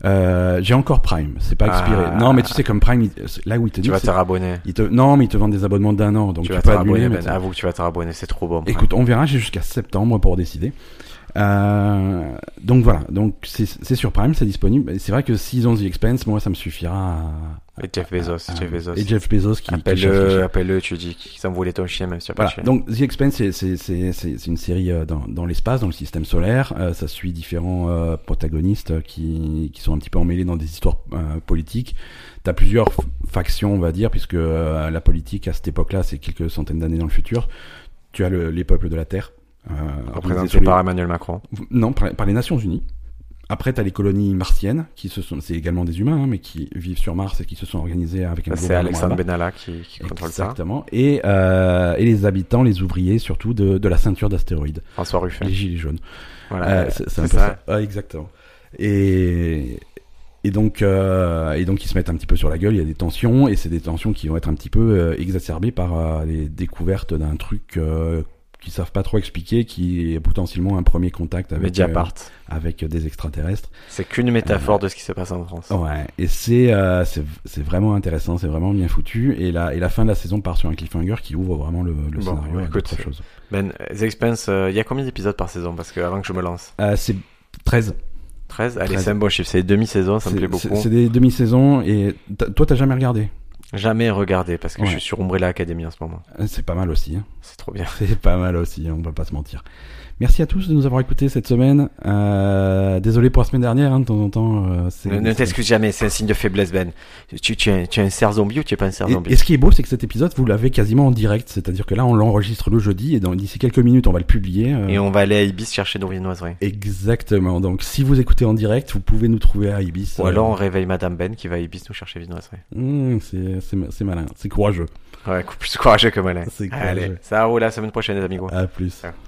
Speaker 2: Euh, J'ai encore Prime, c'est pas
Speaker 1: Ah.
Speaker 2: expiré. Non, mais tu sais comme Prime, il- c'est là où il te dit,
Speaker 1: Tu vas te rabonner.
Speaker 2: non mais ils te vendent des abonnements d'un an, donc
Speaker 1: Tu
Speaker 2: tu,
Speaker 1: vas te
Speaker 2: peux annuler.
Speaker 1: rabonner,
Speaker 2: mais
Speaker 1: Ben.
Speaker 2: tu-
Speaker 1: Avoue que tu vas te rabonner, c'est trop bon. Prime.
Speaker 2: Écoute, on verra, j'ai jusqu'à septembre pour décider. Euh, donc voilà, donc c'est c'est sur Prime, c'est disponible. Et C'est vrai que s'ils ont The Expense, moi ça me suffira à-
Speaker 1: Et Jeff Bezos,
Speaker 2: à-
Speaker 1: Jeff Bezos.
Speaker 2: Ah, Et Jeff Bezos qui, qui cherche les
Speaker 1: Appelle-le,
Speaker 2: chiffres.
Speaker 1: appelle-le, tu dis qu'ils envoulaient ton chien, même si tu n'as pas
Speaker 2: Voilà,
Speaker 1: de chien.
Speaker 2: donc The Expense, c'est- c'est- c'est c'est- c'est une série euh, dans, dans l'espace, dans le système solaire. Euh, ça suit différents euh, protagonistes euh, qui, qui sont un petit peu emmêlés dans des histoires euh, politiques. T'as plusieurs f- factions, on va dire, puisque euh, la politique à cette époque-là, c'est quelques centaines d'années dans le futur. Tu as le- les peuples de la Terre. Euh, organisés
Speaker 1: représenté
Speaker 2: sur les-
Speaker 1: par Emmanuel Macron. Euh,
Speaker 2: non, par, par les Nations Unies. Après, t'as les colonies martiennes, qui se sont, c'est également des humains, hein, mais qui vivent sur Mars et qui se sont organisés avec un
Speaker 1: Ça, C'est
Speaker 2: gouvernement
Speaker 1: Alexandre
Speaker 2: là-bas.
Speaker 1: Benalla qui, qui contrôle ça.
Speaker 2: Exactement. Et, euh, et les habitants, les ouvriers, surtout de, de la ceinture d'astéroïdes,
Speaker 1: François Ruffin.
Speaker 2: les gilets jaunes.
Speaker 1: Voilà.
Speaker 2: Euh, c'est c'est un peu ça. Ouais, exactement. Et, et, donc, euh, et donc, ils se mettent un petit peu sur la gueule, il y a des tensions, et c'est des tensions qui vont être un petit peu euh, exacerbées par euh, les découvertes d'un truc euh, qu'ils savent pas trop expliquer, qui est potentiellement un premier contact avec,
Speaker 1: Mediapart.
Speaker 2: euh, avec des extraterrestres.
Speaker 1: C'est qu'une métaphore de ce qui se passe en France.
Speaker 2: Ouais, et c'est euh, c'est c'est vraiment intéressant, c'est vraiment bien foutu, et la, et la fin de la saison part sur un cliffhanger qui ouvre vraiment le, le
Speaker 1: Bon,
Speaker 2: scénario à
Speaker 1: écoute,
Speaker 2: d'autres choses.
Speaker 1: Ben, euh, The Expense, euh, il y a combien d'épisodes par saison Parce que avant que je me lance.
Speaker 2: Euh, c'est 13.
Speaker 1: 13 Allez,
Speaker 2: 13.
Speaker 1: c'est un bon chiffre. C'est demi-saison, ça me
Speaker 2: C'est-
Speaker 1: plaît
Speaker 2: c'est-
Speaker 1: beaucoup.
Speaker 2: C'est des demi-saisons, et t'as- toi t'as jamais regardé
Speaker 1: Jamais regardé parce que je
Speaker 2: Ouais.
Speaker 1: suis sur Umbrella Academy en ce moment.
Speaker 2: C'est pas mal aussi. hein.
Speaker 1: C'est trop bien.
Speaker 2: C'est pas mal aussi, hein, on va pas se mentir. Merci à tous de nous avoir écoutés cette semaine. Euh, désolé pour la semaine dernière, hein, de temps en temps. euh, c'est-
Speaker 1: Ne, ne
Speaker 2: c'est-
Speaker 1: t'excuse jamais, c'est un signe de faiblesse, Ben. Tu, tu, es, un- tu es un cerf zombie ou tu es pas un cerf
Speaker 2: Et,
Speaker 1: zombie
Speaker 2: et ce qui est beau, c'est que cet épisode, vous l'avez quasiment en direct. C'est-à-dire que là, on l'enregistre le jeudi et dans d'ici quelques minutes, on va le publier. euh,
Speaker 1: Et on va aller à Ibis chercher nos viennoiseries.
Speaker 2: Exactement. Donc, si vous écoutez en direct, vous pouvez nous trouver à Ibis.
Speaker 1: Ou
Speaker 2: euh,
Speaker 1: alors on réveille Madame Ben qui va à Ibis nous chercher viennoiseries.
Speaker 2: hmm, c'est- c'est ma- c'est malin, c'est courageux.
Speaker 1: Ouais, coup- plus courageux que malin.
Speaker 2: C'est courageux.
Speaker 1: Allez, ça roule la semaine prochaine, les amigos.
Speaker 2: À plus.
Speaker 1: Ah.